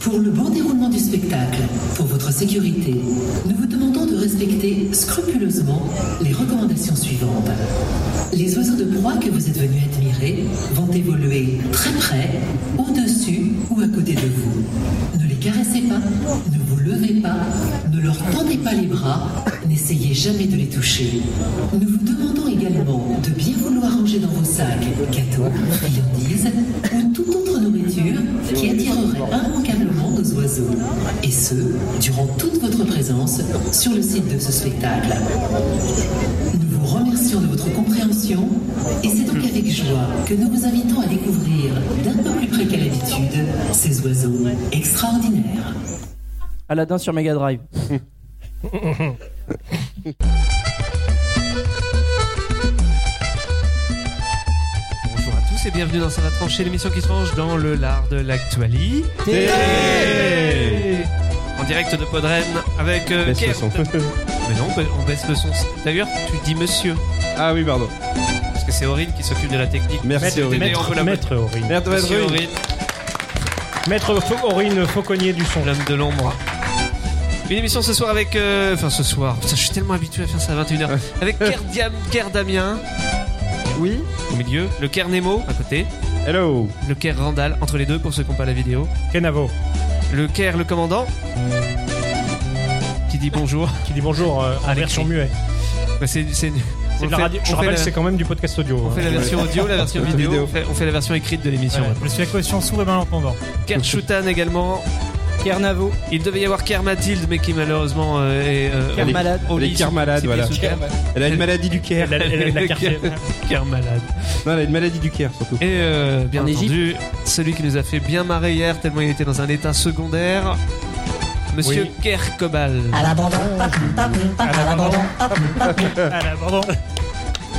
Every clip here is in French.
Pour le bon déroulement du spectacle, pour votre sécurité, nous vous demandons de respecter scrupuleusement les recommandations suivantes. Les oiseaux de proie que vous êtes venus admirer vont évoluer très près, au-dessus ou à côté de vous. Ne les caressez pas, ne vous levez pas, ne leur tendez pas les bras, n'essayez jamais de les toucher. Nous vous demandons également de bien vouloir ranger dans vos sacs gâteaux, friandises ou toute autre nourriture qui attirerait immanquablement nos oiseaux. Et ce, durant toute votre présence sur le site de ce spectacle. Nous vous remercions de votre compréhension et c'est donc avec joie que nous vous invitons à découvrir d'un peu plus près qu'à l'habitude ces oiseaux extraordinaires. Aladdin sur Mega Drive. Bonjour à tous et bienvenue dans Ça va trancher, l'émission qui se range dans le lard de l'actualité. En direct de Podren avec euh, Laisse le Kert. son. Mais non, on ba- on baisse le son. D'ailleurs, tu dis monsieur, ah oui, pardon. parce que c'est Aurine qui s'occupe de la technique. Merci, Si vous Aurine. aimez, on peut Maître, l'applaudir. maître Aurine. Merde, Merci, Madrine. Aurine, Maître Fa- Aurine Fauconnier du son. l'homme de l'ombre. Une émission ce soir avec... euh, Enfin, ce soir. Putain, je suis tellement habitué à faire ça à 21h. Avec Ker, Diam, Ker Damien, Oui. au milieu. Le Ker Nemo, à côté. Hello. Le Ker Randall, entre les deux, pour ceux qui n'ont pas la vidéo. Kenavo Le Caire, le commandant, qui dit bonjour. qui dit bonjour euh, en l'écrit. version muet. Bah, c'est, c'est- on C'est de la fait- radio. on Je fait rappelle, la- c'est quand même du podcast audio. on hein. fait la version audio, la version vidéo, Vidéo. On, fait, on fait la version écrite de l'émission. Ouais. Je suis à caution sourd et malentendant. Caire Choutan également. Kernavo, Il devait y avoir Caire Mathilde, mais qui malheureusement euh, est euh, Caire au- malade. au Les lit, Caire sous- malade, sous- voilà. sous- Caire- Elle a une maladie du Caire. Elle a- elle a de la quartier. Caire malade. Non, elle a une maladie du Caire surtout. Et euh, bien En Égypte. entendu, celui qui nous a fait bien marrer hier, tellement il était dans un état secondaire, Monsieur Oui. Caire Cobal. À l'abandon, À l'abandon. À l'abandon.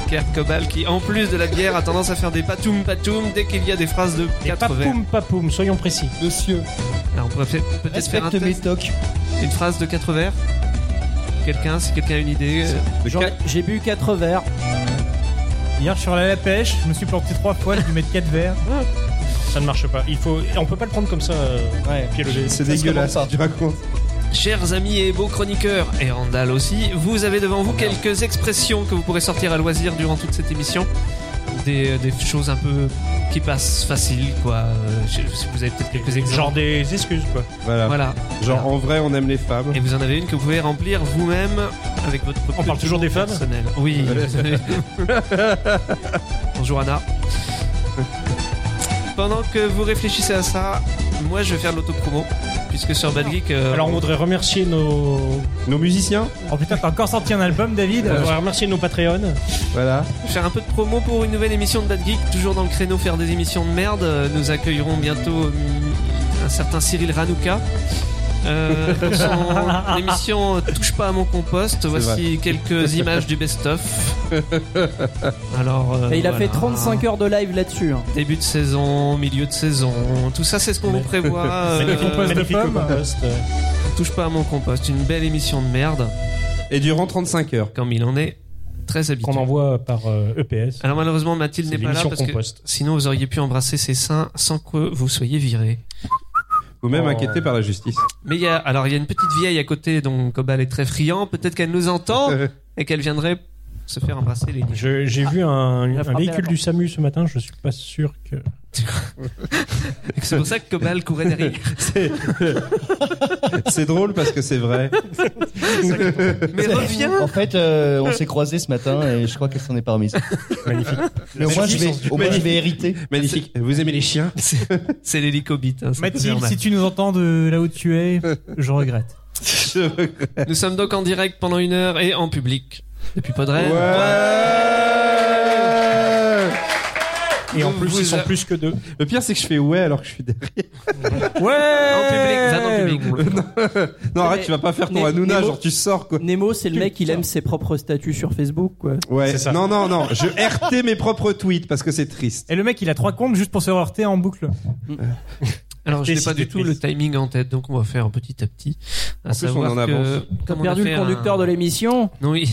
Kerr Cobal qui, en plus de la bière, a tendance à faire des patoum patoum dès qu'il y a des phrases de Et 4 vers. papoum, papoum, soyons précis. Monsieur, Alors, on pourrait fait- peut-être faire un respecte mes test. tocs. une phrase de 4 vers. Quelqu'un, si quelqu'un a une idée. euh, Le J'en- Caire- J'ai bu 4 verres. Hier, je suis allé à la pêche, je me suis planté trois fois, j'ai dû mettre quatre verres. Ça ne marche pas. Il faut... On peut pas le prendre comme ça. euh, Ouais. pied levé. C'est Ça se dégueulasse commande ce que tu racontes. Chers amis et beaux chroniqueurs, et Randall aussi, vous avez devant vous quelques expressions que vous pourrez sortir à loisir durant toute cette émission. Des, des choses un peu qui passent faciles, quoi. Euh, je- Vous avez peut-être quelques exemples. Genre des excuses, quoi. Voilà. Voilà. Genre en vrai, on aime les femmes. Et vous en avez une que vous pouvez remplir vous-même avec votre On parle toujours des femmes personnel. Oui. vous avez- Bonjour Anna. Pendant que vous réfléchissez à ça, moi je vais faire de l'autopromo, puisque sur Bad Geek, euh, Alors on voudrait remercier nos... Nos musiciens. Oh putain, t'as encore sorti un album, David On voudrait remercier nos Patreons. Voilà. faire un peu de promo pour une nouvelle émission de Bad Geek, toujours dans le créneau faire des émissions de merde. Euh, Nous accueillerons bientôt euh, un certain Cyril Ranouka. Euh, pour son émission euh, Touche pas à mon compost, voici quelques images du best-of. Alors, euh, Et Bah, il a fait voilà. 35 heures de live là-dessus. hein. Début de saison, milieu de saison, tout ça c'est ce qu'on vous prévoit. Magnifique euh, compost de magnifique pommes. compost. touche pas à mon compost, une belle émission de merde, Et durant 35 heures. comme il en est très habitué. qu'on envoie par euh, EPS. Alors malheureusement Mathilde C'est Ah, n'est pas là l'émission parce que compost. sinon vous auriez pu embrasser ses seins sans que vous soyez viré. Ou même Oh. inquiété par la justice. Mais il y a alors il y a une petite vieille à côté dont Cobal est très friand, peut-être qu'elle nous entend Euh, et qu'elle viendrait se faire embrasser les niches. Je- J'ai vu un, Il a un frappé véhicule la du SAMU ce matin, je suis pas sûr que... Et C'est pour ça que Cobal courait derrière. c'est- c'est drôle parce que c'est vrai. Mais reviens En fait, euh, on s'est croisés ce matin et je crois qu'elle s'en est pas remise. Magnifique. Mais au moins, je vais, au moins, je vais hériter. Magnifique. Vous aimez les chiens C'est c'est l'hélicobite. hein, ça peut faire Mathilde, mal. si tu nous entends de là où tu es, je regrette. Je- Nous sommes donc en direct pendant une heure et en public. Depuis Podren. Ouais Et en Vous- plus, vous ils sont a- plus que deux. Le pire, c'est que je fais ouais alors que je suis derrière. En public, va dans le public. Eh Non, arrête, ben, Mais- tu vas pas faire ton mais- Hanouna, mais- genre tu sors quoi. Nemo, c'est le mec, il aime ses propres statuts sur Facebook, quoi. Ouais, C'est ça. non, non, non, je RT mes propres tweets parce que c'est triste. Et le mec, il a trois comptes juste pour se heurter en boucle. Alors, je n'ai Décide, pas du tout le décide. timing en tête, donc on va faire petit à petit. À on savoir en que, avance. comme T'as on a perdu fait le conducteur un- de l'émission. Non, oui.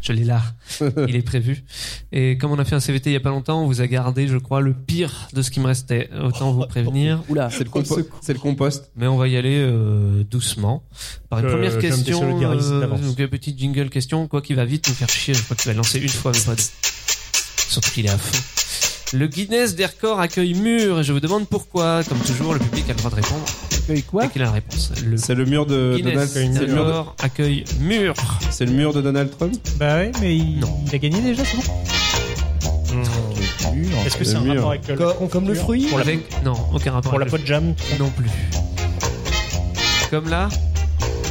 Je l'ai là. Il est prévu. Et comme on a fait un CVT il y a pas longtemps, on vous a gardé, je crois, le pire de ce qui me restait. Autant vous prévenir. Oula. C'est le, compo- c'est le compost. Mais on va y aller euh, doucement. Par une Euh, première je vais me question. euh, désolidariser d'avance. donc, une petite jingle question. Quoi qui va vite nous faire chier. Je crois que tu vas le lancer une fois, mais pas deux. Surtout qu'il est à fond. Le Guinness des records accueille mur. Et je vous demande pourquoi. Comme toujours, le public a le droit de répondre. Accueille quoi Dès qu'il a la réponse. Euh, Le C'est le mur de Donald Guinness C'est le des mur de- records accueille mur. C'est le mur de Donald Trump Bah oui, mais il, Non. il a gagné déjà, c'est bon Est-ce que Le c'est un mur. rapport avec euh, la- Comme, comme le fruit Pour la- Avec- Non, aucun rapport. pour la avec pot jam tout le- Non plus. Comme là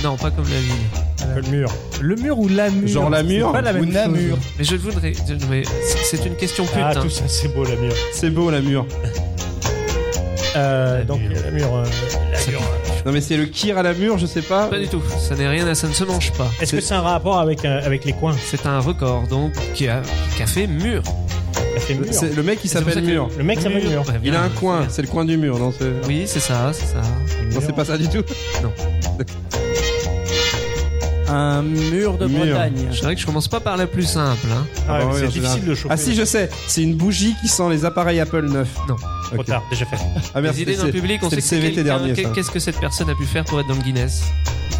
Non, pas comme la ville. ça, Ah, le mur. Le mur ou la mur Genre la mur C'est pas la ou même Namur. chose. Mais je le voudrais. je- mais C'est une question pute. Ah, hein. tout ça, c'est beau, la mur. C'est beau la mur. Euh, La donc, mur. la mur. euh, la Ça- mur. Non mais c'est le kir à la mur, je sais pas. Pas du tout. Ça n'est rien, à- ça ne se mange pas. Est-ce que c'est un rapport avec, euh, avec les coins C'est un record donc qui a, qui a fait mur. Ça fait mur. C'est le mec qui C'est pour ça s'appelle que- mur. Le mec s'appelle mur. Ouais, Bah, Il bien, a un c'est coin, bien. c'est le coin du mur, non c'est Oui, c'est ça, c'est ça. Non, c'est pas ça du tout. Un mur de Mur. Bretagne. Je dirais que je commence pas par la plus simple. hein. Ah, Ah bah mais oui, en général. c'est difficile de choper. Ah si je sais, c'est une bougie qui sent les appareils Apple neufs. Non. Trop Ok. tard, déjà fait. Les Ah merci. idées dans le c'est- public, on c'est sait le que c'est CVT quelqu'un- dernier. qu'est- ça. Qu'est-ce que cette personne a pu faire pour être dans le Guinness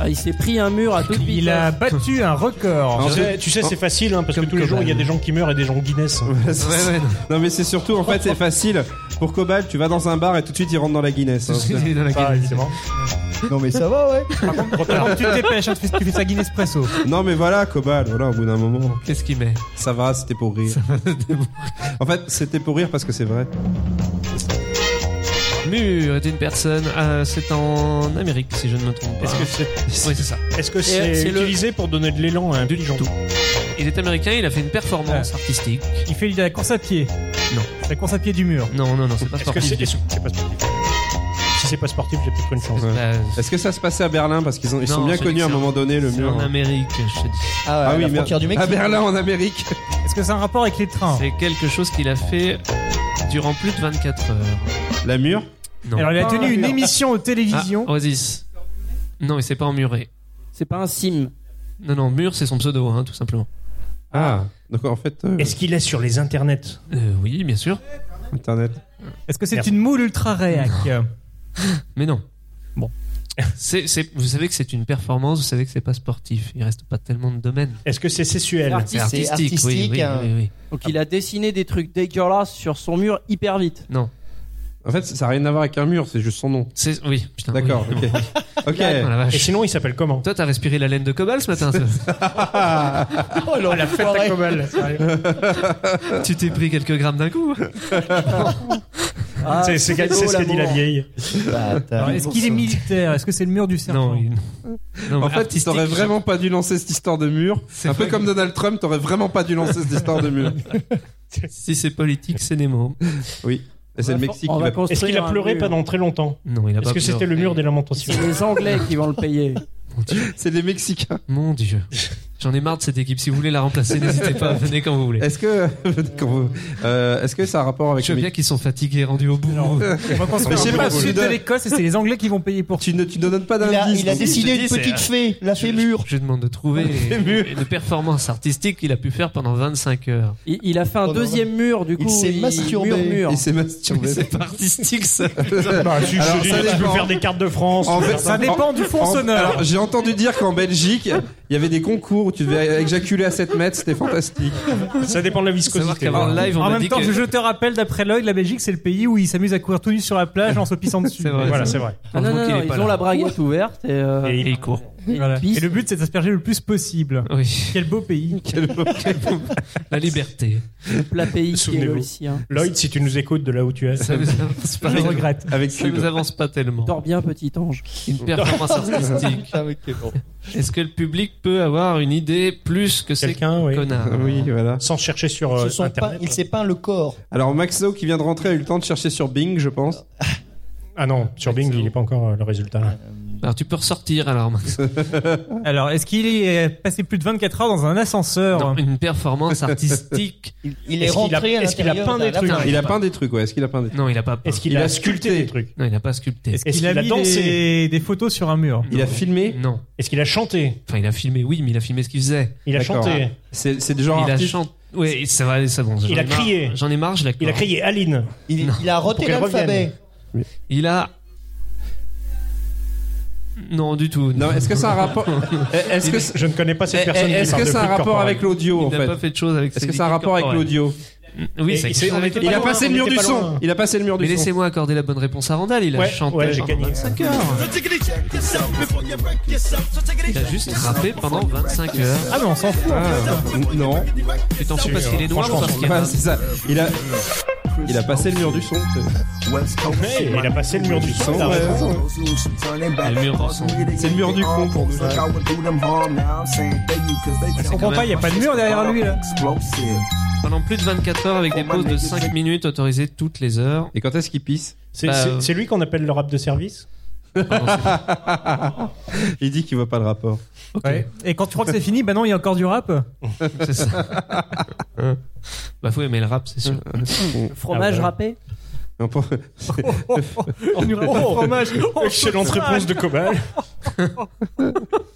Ah, il s'est pris un mur à toute vitesse. Il a battu un record. En Tu sais, fait- tu sais, c'est facile, hein, parce que Oh. Comme tous les jours, Cobal. il y a des gens qui meurent et des gens Guinness. Voilà, c'est- Ouais, ouais, non. Non mais c'est surtout en fait c'est facile. Pour Cobalt, tu vas dans un bar et tout de suite il rentre dans la Guinness. hein. C'est dans la Ah, Guinness. évidemment. Non, mais ça va, ouais. Alors tu te dépêches, hein, tu, fais, tu fais ça Guinness Espresso. non mais voilà Cobalt, voilà au bout d'un moment. Qu'est-ce qu'il met Ça va, c'était pour rire. en fait, c'était pour rire parce que c'est vrai. Mur est une personne. euh, c'est en Amérique, si je ne me trompe pas. Est-ce que c'est Oui, c'est ça. est-ce euh, que c'est c'est le- utilisé pour donner de l'élan à un dirigeant Il est américain, il a fait une performance artistique. Il fait la course à pied. Non. La course à pied du mur. Non, non, non, c'est pas Est-ce que sportif. c'est est-ce que c'est pas sportif Si c'est pas sportif, j'ai peut-être pas une chance. Ouais. Bah, Est-ce que ça se passait à Berlin parce qu'ils ont- ils Non, sont bien c'est connus à un différent. moment donné le c'est mur. en hein. Amérique, je te dis. Ah, ouais, la mais- frontière du Mexique. à Berlin en Amérique. Est-ce que c'est un rapport avec les Ah. trains C'est quelque chose qu'il a fait durant plus de 24 heures. La mur Non. Alors il a tenu une merde. émission aux Ah, télévisions. Oasis. Non, mais c'est pas en muré. C'est pas un sim. Non, non, mur, c'est son pseudo, hein, tout simplement. Ah, donc en fait euh, Est-ce qu'il est sur les internets Euh, oui, bien sûr. internet. Est-ce que c'est Merde. une moule ultra réac Mais non. Bon. C'est, c'est- vous savez que c'est une performance, vous savez que c'est pas sportif. Il reste pas tellement de domaines. Est-ce que c'est sexuel Ah. Arti- C'est C'est artistique, oui, artistique, oui, hein. oui, oui. Donc il a dessiné des trucs dégueulasses sur son mur hyper vite. Non. En fait, ça n'a rien à voir avec un mur, c'est juste son nom. C'est, oui, putain. D'accord, Ah oui. ok. ok. Ah, la vache. Et sinon, il s'appelle comment Toi, t'as respiré la laine de cobalt ce matin. toi. Ah, Oh, alors, la fête à tu t'es pris quelques grammes d'un coup. Ah, C'est c'est- c'est ce qu'a dit la l'amour. vieille. Bah, Alors, Est-ce qu'il est militaire Est-ce que c'est le mur du serpent Non. il- non, En mais fait, artistique, t'aurais vraiment pas dû lancer cette histoire de mur. C'est un peu vrai. comme Donald Trump, t'aurais vraiment pas dû lancer cette histoire de mur. Si c'est politique, c'est des mots. Oui. Et c'est le Mexique On qui va l'a construire Est-ce qu'il a un pleuré mur. pendant très longtemps Non, il a Est-ce pas que c'était le mur des lamentations C'est les Anglais qui vont le payer. C'est les Mexicains. Mon dieu. J'en ai marre de cette équipe. Si vous voulez la remplacer, n'hésitez pas, venez quand vous voulez. Est-ce que, quand vous- euh, est-ce que ça a un rapport avec Je les vois bien Mexicains qu'ils sont fatigués, rendus au bout. Non. On va Mais construire je un Ah, sais mur pas, au sud de Soudan. l'Écosse et c'est les Anglais qui vont payer pour. Tu ne, tu ne donnes pas Il a, d'indice. il a donc. décidé Je te dis, une c'est- petite fée, la fée mûre. Je demande de trouver murs. une performance artistique qu'il a pu faire pendant 25 heures. Il, il a Oh fait un Pendant- deuxième mur du coup. Il s'est masturbé. murmure. Il s'est masturbé. C'est pas artistique ça. Bah, si, je Alors, te dis, ça tu peux dépend. faire des cartes de France. En tu peux fait, faire- Ça dépend du fond En- sonore. alors, j'ai entendu dire qu'en Belgique, il y avait des concours où tu devais éjaculer à 7 mètres, c'était fantastique. ça dépend de la Savoir viscosité. qu'avant le live, on En m'a même dit temps, que. je te rappelle, d'après Lloyd, la Belgique, c'est le pays où ils s'amusent à courir tout nu sur la plage en se pissant dessus. C'est vrai. Voilà, c'est vrai. Ah non, Heureusement non, qu'il non, est ils pas ont là. la braguette ouverte et, euh, Et il court. et Voilà. ils pissent. Et le but, c'est de s'asperger le plus possible. Oui, Quel beau pays. la liberté. plat pays qui est hein. Souvenez-vous. le sien. Lloyd, si tu nous écoutes de là où tu es. Ça nous avance pas, Je le regrette. Avec ça nous Cube. avance pas tellement. Dors bien petit ange. Une performance artistique. Putain, mais quel Ah, bon. Est-ce que le public peut avoir une idée plus que c'est Quelqu'un, oui. connard Oui, voilà. Sans chercher sur Ils euh, se sont peints- Internet. Il s'est peint le corps. Alors Maxo qui vient de rentrer a eu le temps de chercher sur Bing, je pense. Ah non, sur Bing, il n'est pas encore euh, le résultat. Euh, Alors tu peux ressortir alors, Max. Alors, est-ce qu'il est passé plus de 24 heures dans un ascenseur hein. Dans une performance artistique. Il, il est Est-ce qu'il a- rentré à est-ce qu'il a l'intérieur peint des d'un trucs lapin. Il a peint des trucs, ouais. Est-ce qu'il a peint des trucs Non, il a pas. peint. Est-ce qu'il Il a, a sculpté sculpté. des trucs Non, il a pas sculpté. Est-ce Est-ce qu'il a, mis dansé des, des photos sur un mur Il a filmé Non. Est-ce qu'il a chanté Enfin, il a filmé, oui, mais il a filmé ce qu'il faisait. Il a D'accord. chanté C'est c'est du genre il a artiste. chanté. Oui, ça va aller, ça bon. j'en Il a ai marre. crié. J'en ai marre, je l'accorde. Il a crié Aline. Il, Non. il a Pour roté qu'elle l'alphabet. revienne. Il a. Non, du tout. Non, est-ce que ça a un rapport Est-ce que Je ne connais pas cette personne. qui Eh, est-ce parle que de ça a un flûte rapport corporelle. avec l'audio en Il n'a fait pas fait de choses avec Est-ce ses que ça a un liquides rapport avec corporels. l'audio Oui, Et- ça a quelque et c'est- chose on avec était le- Il a loin, passé le on mur était du pas son. loin. Il a passé le mur Mais du son. laissez-moi accorder la bonne réponse à Randall. Il a Ouais, chanté ouais, j'ai pendant gagné. 25 heures. Il a juste rappé pendant 25 heures. Ah, mais on s'en fout. Ah, non. Tu t'en fous parce qu'il est noir ou Franchement, parce qu'il est Bah, nain c'est ça. Il a il a passé le mur du son. Ouais, il a passé le mur du son. Ouais. t'as raison. Le mur du son. C'est le mur du con pour nous. Je comprends pas, il n'y a pas de mur derrière lui là. Pendant plus de 24 heures Oh, avec des pauses de 5 minutes autorisées toutes les heures. Et quand est-ce qu'il pisse C'est Bah, c'est- euh. c'est lui qu'on appelle le rap de service Il dit qu'il voit pas le rapport. Ok, Et quand tu crois que c'est fini, bah non, il y a encore du rap. c'est ça. bah faut aimer le rap, c'est sûr. Fromage Ah ouais. râpé On peut- On aurait pas de fromage. Oh, Excellente réponse de Cobal.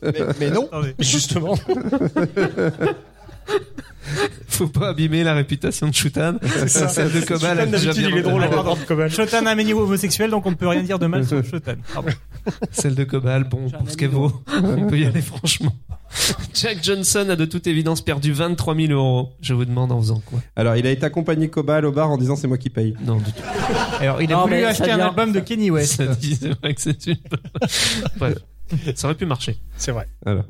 Mais, mais non. attendez. Justement. Faut pas abîmer la réputation de Shoutan. Celle de Cobal, elle est déjà D'habitude, bien il est drôle. entamée. Pardon, Cobal. Shotan a menu homosexuel, donc on ne peut rien dire de mal sur Shotan. Pardon. Celle de Cobal, bon, pour ce qu'elle vaut, on peut y aller franchement. Jack Johnson a de toute évidence perdu 23 000 euros. Je vous demande en faisant quoi Alors, il a été accompagné Cobal au bar en disant c'est moi qui paye. Non, du tout. Alors, il a Non, voulu mais acheter ça un vient- album de Kenny West. Ça dit, c'est vrai que c'est une. Bref. Ça aurait pu marcher. C'est vrai. Alors.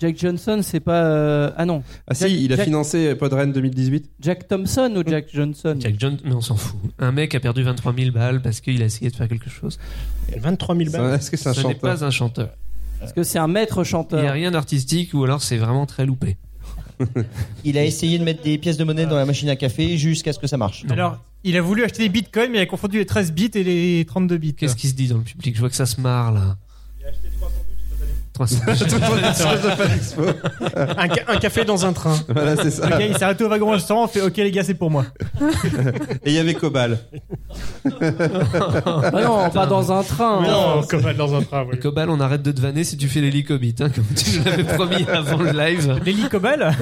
Jack Johnson, c'est pas. euh, Ah non, Ah si, Jack- il a Jack- financé Podren 2018. Jack Thompson ou Jack Johnson Jack Johnson, mais on s'en fout. Un mec a perdu 23 000 balles parce qu'il a essayé de faire quelque chose. 23 000 C'est balles. un- Est-ce que c'est un Ce n'est chanteur pas un chanteur. Parce que c'est un maître Il n'y a chanteur. rien d'artistique ou alors c'est vraiment très loupé. Il a essayé de mettre des pièces de monnaie dans la machine à café jusqu'à ce que ça marche. Alors, il a voulu acheter des bitcoins, mais il a confondu les 13 bits et les 32 bits. Ah. Qu'est-ce qui se dit dans le public Je vois que ça se marre là. Il a acheté 300 buts, 300 Un, ca- un café dans un train. Voilà, c'est Le ça. gars, il s'est arrêté au wagon restaurant, on fait OK les gars, c'est pour moi. Et il y avait Cobal. Ah non, pas dans un train. hein. Non, Cobal dans un train. oui. Cobal, on arrête de te vanner si tu fais l'hélicobite, hein, comme tu nous l'avais promis avant le live. L'Eli Cobal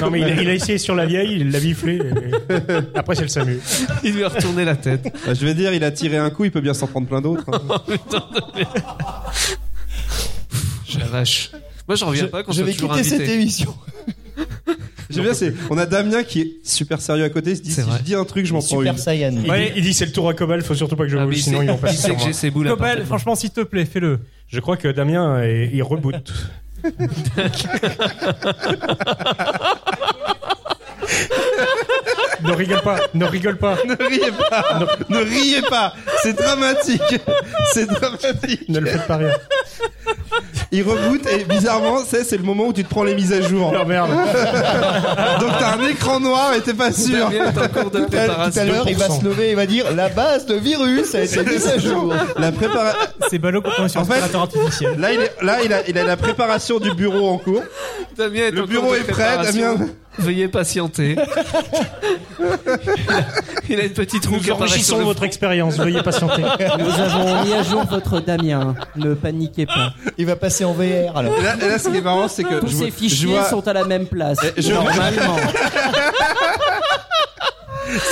Non, mais il a, il a essayé sur la vieille, il l'a biflé. et- Après, c'est le SAMU. Il lui a retourné la tête. Bah, je vais dire, il a tiré un coup, il peut bien s'en prendre plein d'autres. hein. La vache. Moi, j'en reviens pas quand je soit vais toujours quitter cette invité. émission. J'aime bien, c'est, on a Damien qui est super sérieux à côté, il se dit, C'est si vrai. je dis un truc, je m'en prends une. Super Saiyan. Il, dit- il dit c'est le tour à Cobal, faut surtout pas que je Ah, mais bouge, il sinon sait- ils vont il passer sait sur que moi. j'ai ses boules. à part Cobal, tellement. franchement, s'il te plaît, fais-le. Je crois que Damien, euh, il reboot. ne rigole pas, ne rigole pas, Ne riez pas, ne riez pas, c'est dramatique, c'est dramatique. ne le faites pas rire. Il reboot et bizarrement, c'est, c'est le moment où tu te prends les mises à jour. Oh Donc merde. t'as un écran noir et t'es pas sûr. Damien est en cours de Tout à tout à préparation. l'heure, il va 2%. se lever et va dire la base de virus a été mise à jour. La prépara... C'est ballot quand on est sur En fait- l'aspirateur artificiel. Là, il, est- là il, a, il a la préparation du bureau en cours. Damien est Le en bureau cours de est prêt, préparation. Damien. Veuillez patienter. il a une petite roue qui Nous apparaît sur enrichissons le votre expérience, veuillez patienter. Nous avons mis à jour votre Damien. Ne paniquez pas. Il va passer en VR. Alors. Et là, et là, ce qui est marrant, c'est que Tous je, vois- ces je fichiers vois- sont à la même place. je- Normalement.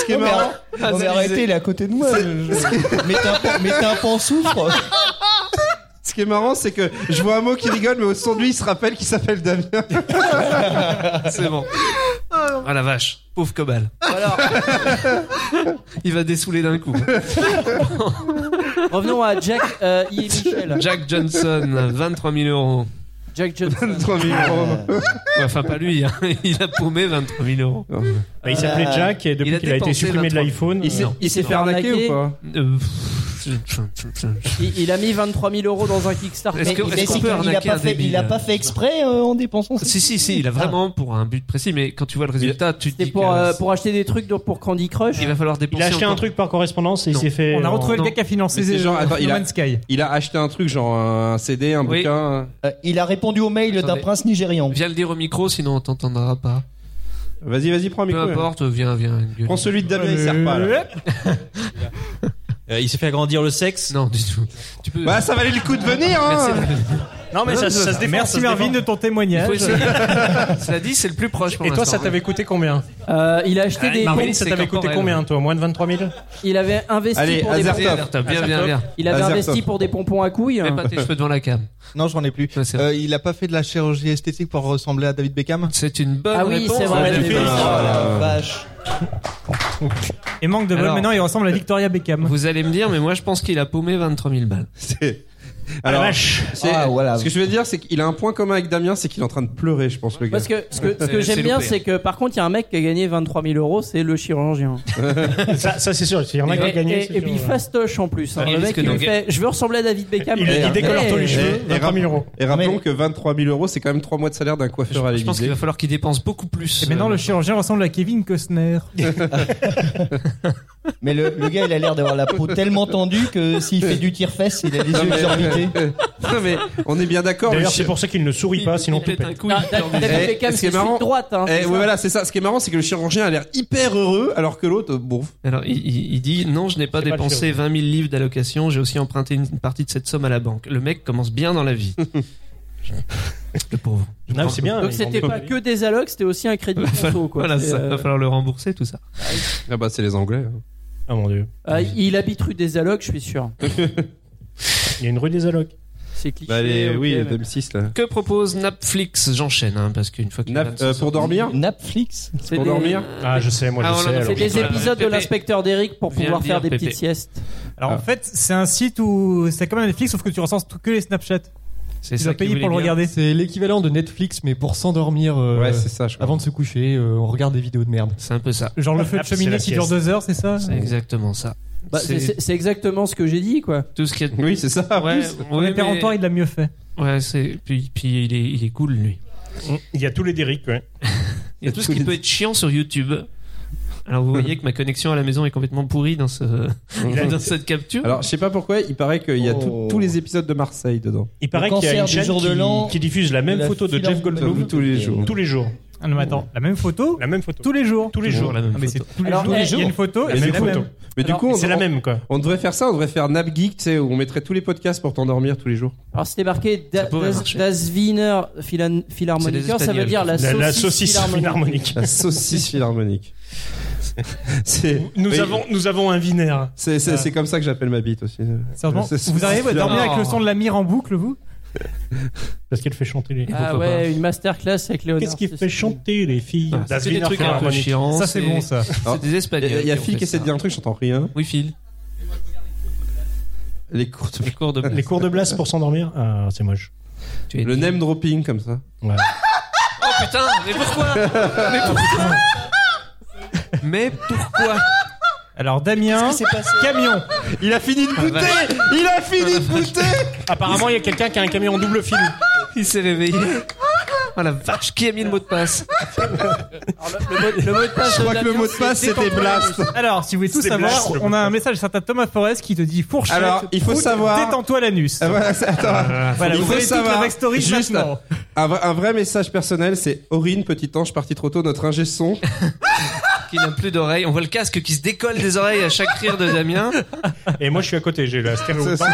ce qui est Non, mais marrant, arrête- non, mais Ah, arrêtez, il est à côté de moi. je- je- Mettez un pan- mettez un pan souffre. Ce qui est marrant, c'est que je vois un mot qui rigole, mais au son de lui, il se rappelle qu'il s'appelle Damien. C'est bon. Ah la vache, pauvre Cobal. il va dessouler d'un coup. Revenons à Jack euh, et Michel. Jack Johnson, 23 000 euros. Jack Johnson. 23 000 euros. Ouais, Enfin, pas lui, hein. il a paumé 23 000 euros. Bah, il s'appelait Jack et Il a depuis qu'il a été dépensé supprimé de 23. l'iPhone, euh, Il s'est, Non. il s'est fait arnaquer ou pas Euh, pff, Il, il a mis 23 000 euros dans un Kickstarter. Est-ce que- Mais- Mais qu'on c'est peut qu'il a arnaquer pas un fait, il a débile pas fait exprès euh, en dépensant ça. Si, si, si, il a vraiment pour un but précis, mais quand tu vois le résultat, tu te C'est dis pour, que euh, pour acheter des trucs donc, pour Candy Crush. il va falloir Il dépenser. a acheté un encore- truc par correspondance et il Non. s'est fait. euh, On a retrouvé non. le gars qui a financé Mais c'est euh, genre, attends, No il a- Man's Sky. Il a acheté un truc, genre un CD, un Oui. bouquin. Euh, Il a répondu au mail d'un Attendez. prince nigérian. Viens le dire au micro, sinon on t'entendra pas. Vas-y, vas-y, prends un Peu micro. importe, viens, viens. gueule. Prends celui de Damien, il sert pas. là. Euh, il s'est fait agrandir le sexe. Non, du tout. Tu peux. Bah, ça valait le coup de venir, Merci. hein Non, mais ça, ça se défend. Merci ça se Mervyn défend. de ton Il témoignage. faut essayer. Cela dit, c'est le plus proche pour Et toi, l'instant. ça t'avait coûté combien Euh, il a acheté Ah, des. Marvel. Marvin, ça c'est t'avait coûté corporel. combien, toi Moins de 23 000 Il avait investi Allez, pour des. Azertov. pompons- Bien, bien, bien, bien. Il avait Azertov. investi pour des pompons à couilles. Mets pas tes cheveux devant la cam. Non, j'en ai plus. Ouais, c'est vrai. Euh, il a pas fait de la chirurgie esthétique pour ressembler à David Beckham C'est une bonne Ah oui, réponse. c'est vrai. Vous j'ai avez- vu ça. Ah, la vache. Et manque de bol, Alors- maintenant il ressemble à Victoria Beckham. Vous allez me dire, mais moi je pense qu'il a paumé 23 000 balles. C'est- La Alors, vache c'est- Ah, voilà. ce que je veux dire, c'est qu'il a un point commun avec Damien, c'est qu'il est en train de pleurer, je pense, le gars. Parce que ce que, ce que C'est- j'aime c'est bien, loupé. c'est que par contre, il y a un mec qui a gagné 23 000 euros, c'est le chirurgien. Ça, ça, c'est sûr. Il y en a qui et, ont gagné. et- c'est et sûr. puis fastoche en plus. hein. Il Le mec risque il de lui gagner. fait, je veux ressembler à David Beckham. Il, il décolore tous les Eh, cheveux, Et- et 23 000 euros. Et rappelons Mais- que 23 000 euros, c'est quand même 3 mois de salaire d'un Je, coiffeur à je pense qu'il l'Élysée. va falloir qu'il dépense beaucoup plus. Et maintenant euh, le chirurgien ressemble à Kevin Costner. Mais le, le gars, il a l'air d'avoir la peau tellement tendue que s'il fait du tir-fesse, il a des yeux euh, exorbités. Non, mais on est bien d'accord. le D'ailleurs, chi- c'est pour ça qu'il ne sourit il- pas, il sinon tout pète un pète. coup. Ah, il dort des- David Eh, Beckham, ce qui est c'est celui marrant- de droite. hein, Eh, c'est ouais, ça. voilà, c'est ça. Ce qui est marrant, c'est que le chirurgien a l'air hyper heureux, alors que l'autre, euh, bon. Alors, il, il- il dit Non, je n'ai pas C'est pas dépensé 20 000 livres d'allocation, j'ai aussi emprunté une partie de cette somme à la banque. Le mec commence bien dans la vie. le pauvre. Non, c'est bien. Donc ils c'était vendent- pas que des allocs, c'était aussi un crédit conso. Quoi. Voilà, C'est, ça euh, va falloir le rembourser, tout ça. Ah bah, c'est les Anglais. hein. Ah mon dieu. ah, il habite rue des allocs, je suis sûr. Il y a une rue des allocs. C'est cliché. Bah, les, ok, oui, mais- le M6, là. Que propose Napflix J'enchaîne, hein, parce qu'une fois que. Nap- euh, pour dormir Netflix c'est Pour des- dormir Ah, je sais, moi Ah, je on sais. l'a alors. C'est des Voilà. épisodes de Pépé. l'inspecteur d'Eric pour Viens pouvoir le faire dire, des petites Pépé. siestes. Alors Ah. en fait, c'est un site où c'est comme Netflix, sauf que tu recenses tout- que les Snapchat. C'est Tu dois ça qu'il payer pour le voulait dire. regarder. C'est l'équivalent de Netflix, mais pour s'endormir euh, Ouais, c'est ça, je crois. avant de se coucher, euh, on regarde des vidéos de merde. C'est un peu ça. Genre le feu Ah, de c'est la cheminée qui dure sieste. deux heures, c'est ça C'est exactement ça. Bah, c'est- c'est c'est c'est exactement ce que j'ai dit, quoi. tout ce qui est. Oui, c'est ça. Ah, en Ouais, plus. Le ouais, mais- péremptoire, il l'a mieux fait. ouais, c'est puis puis il est il est cool lui. Il y a tous les Derrick, ouais. Il y a tout ce qui peut être chiant sur YouTube. Alors vous voyez que ma connexion à la maison est complètement pourrie dans ce dans cette capture. Alors, je sais pas pourquoi, il paraît qu'il y a tout- Oh. tous les épisodes de Marseille dedans. Il paraît Le qu'il y a cancer une du chaîne jour de l'an, qui, qui diffuse la même la photo de filambre- Jeff Goldblum tous les jours. tous les jours. Ah non, mais attends, la même photo La même photo. tous les jours. Tous les jours, la Ah, même mais c'est photo. tous les Alors, jours. eh, Il y a une photo La et c'est même la photo. même. Mais Alors, du coup, on, C'est la même, quoi. on devrait faire ça, on devrait faire Nap Geek, tu sais, où on mettrait tous les podcasts pour t'endormir tous les jours. Alors c'était marqué Da- Ça pourrait Das- marcher. Das Wiener Philan- C'est Philharmoniker, des ça veut Espagnols. dire la La, saucisse, la saucisse philharmonique. philharmonique. La saucisse philharmonique. C'est- Nous, oui, avons, nous avons un vinaire. C'est c'est- c'est comme ça que j'appelle ma bite aussi. Sérieusement, C'est- c'est- vous arrivez à dormir Non. avec le son de la mire en boucle, vous Parce qu'elle fait chanter les. Ah Pourquoi ouais, une masterclass avec Léonard. Qu'est-ce qui c'est fait sûr. chanter les filles Ah, c'est des trucs un peu chiants. Ça, c'est bon, ça. Alors, C'est des Il y a- espagnols. il y a ont Phil fait qui essaie de ça. dire un truc, j'entends rien. Oui Phil. Les courtes. Les cours de Les cours de blast pour s'endormir Ah, c'est moche. Tu es- Le name dropping comme ça. Ouais. Oh putain, mais pourquoi Mais pourquoi Mais pourquoi Alors, Damien, camion. Il a fini de goûter Il a fini de goûter Apparemment, il y a quelqu'un qui a un camion en double fil. Il s'est réveillé. Oh la vache, qui a mis le mot de passe Le mot de passe Je de crois que le Damien, mot de passe c'était blast. Alors, si vous voulez tout C'est savoir, blast. on a un message certain Thomas Forest qui te dit fourchette. Alors, il faut prout, savoir- Détends-toi l'anus. Ah, voilà, c'est- attends. Voilà, il vous faut avez toute savoir, la backstory juste, maintenant. Un, vrai- un vrai message personnel, c'est Aurine, petit ange, parti trop tôt, notre ingé son. Qui n'a plus d'oreilles. On voit le casque qui se décolle des oreilles à chaque rire de Damien. Et moi, je suis à côté, j'ai la stéréo. Ça,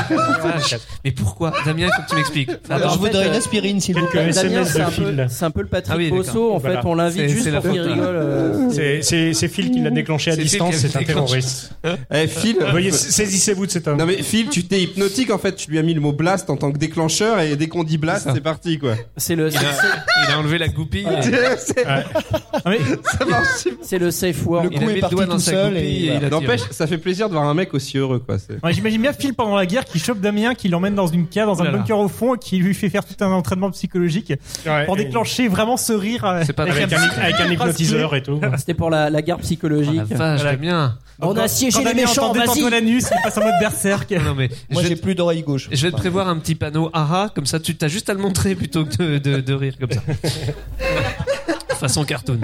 c'est- Mais pourquoi Damien, il faut que tu m'expliques. Alors, en je fait, voudrais euh, une aspirine, s'il vous quelques plaît. Damien, SMS c'est de un, peu, Phil. c'est un peu le Patrick Ah oui, d'accord. Bosso, en Voilà. fait, on l'invite C'est- c'est juste la pour qu'il faute, hein. rigole. euh, C'est- C'est c'est Phil qui l'a déclenché à C'est Phil distance, qui a c'est un déclenché. terroriste. Eh, Phil. Voyez, saisissez-vous de cet homme. Non mais Phil, tu t'es hypnotique en fait, tu lui as mis le mot blast en tant que déclencheur et dès qu'on dit blast, C'est ça. c'est parti quoi. C'est le, Il a, il a enlevé la goupille. C'est- Ah, mais- c'est le safe word. Le il coup a est mis le parti doigt dans tout sa seul goupille et et, il a Euh, N'empêche, ça fait plaisir de voir un mec aussi heureux quoi. c'est- Ouais, J'imagine bien Phil pendant la guerre qui chope Damien, qui l'emmène dans une cave, dans Ouh là un là. bunker au fond et qui lui fait faire tout un entraînement psychologique pour Ouais, et- déclencher vraiment ce rire. euh, C'est pas Avec Ah, très un, avec un hypnotiseur et tout. C'était pour Ah, la, la guerre Oh psychologique. la vache, Damien. On a siégé les méchants, vas-y. l'anus, il passe en mode berserk. Non, mais Moi, je, vais j'ai te, plus d'oreille gauche. je vais te prévoir un petit panneau haha, comme ça tu t'as juste à le montrer plutôt que de, de- de rire comme ça. Façon cartoon.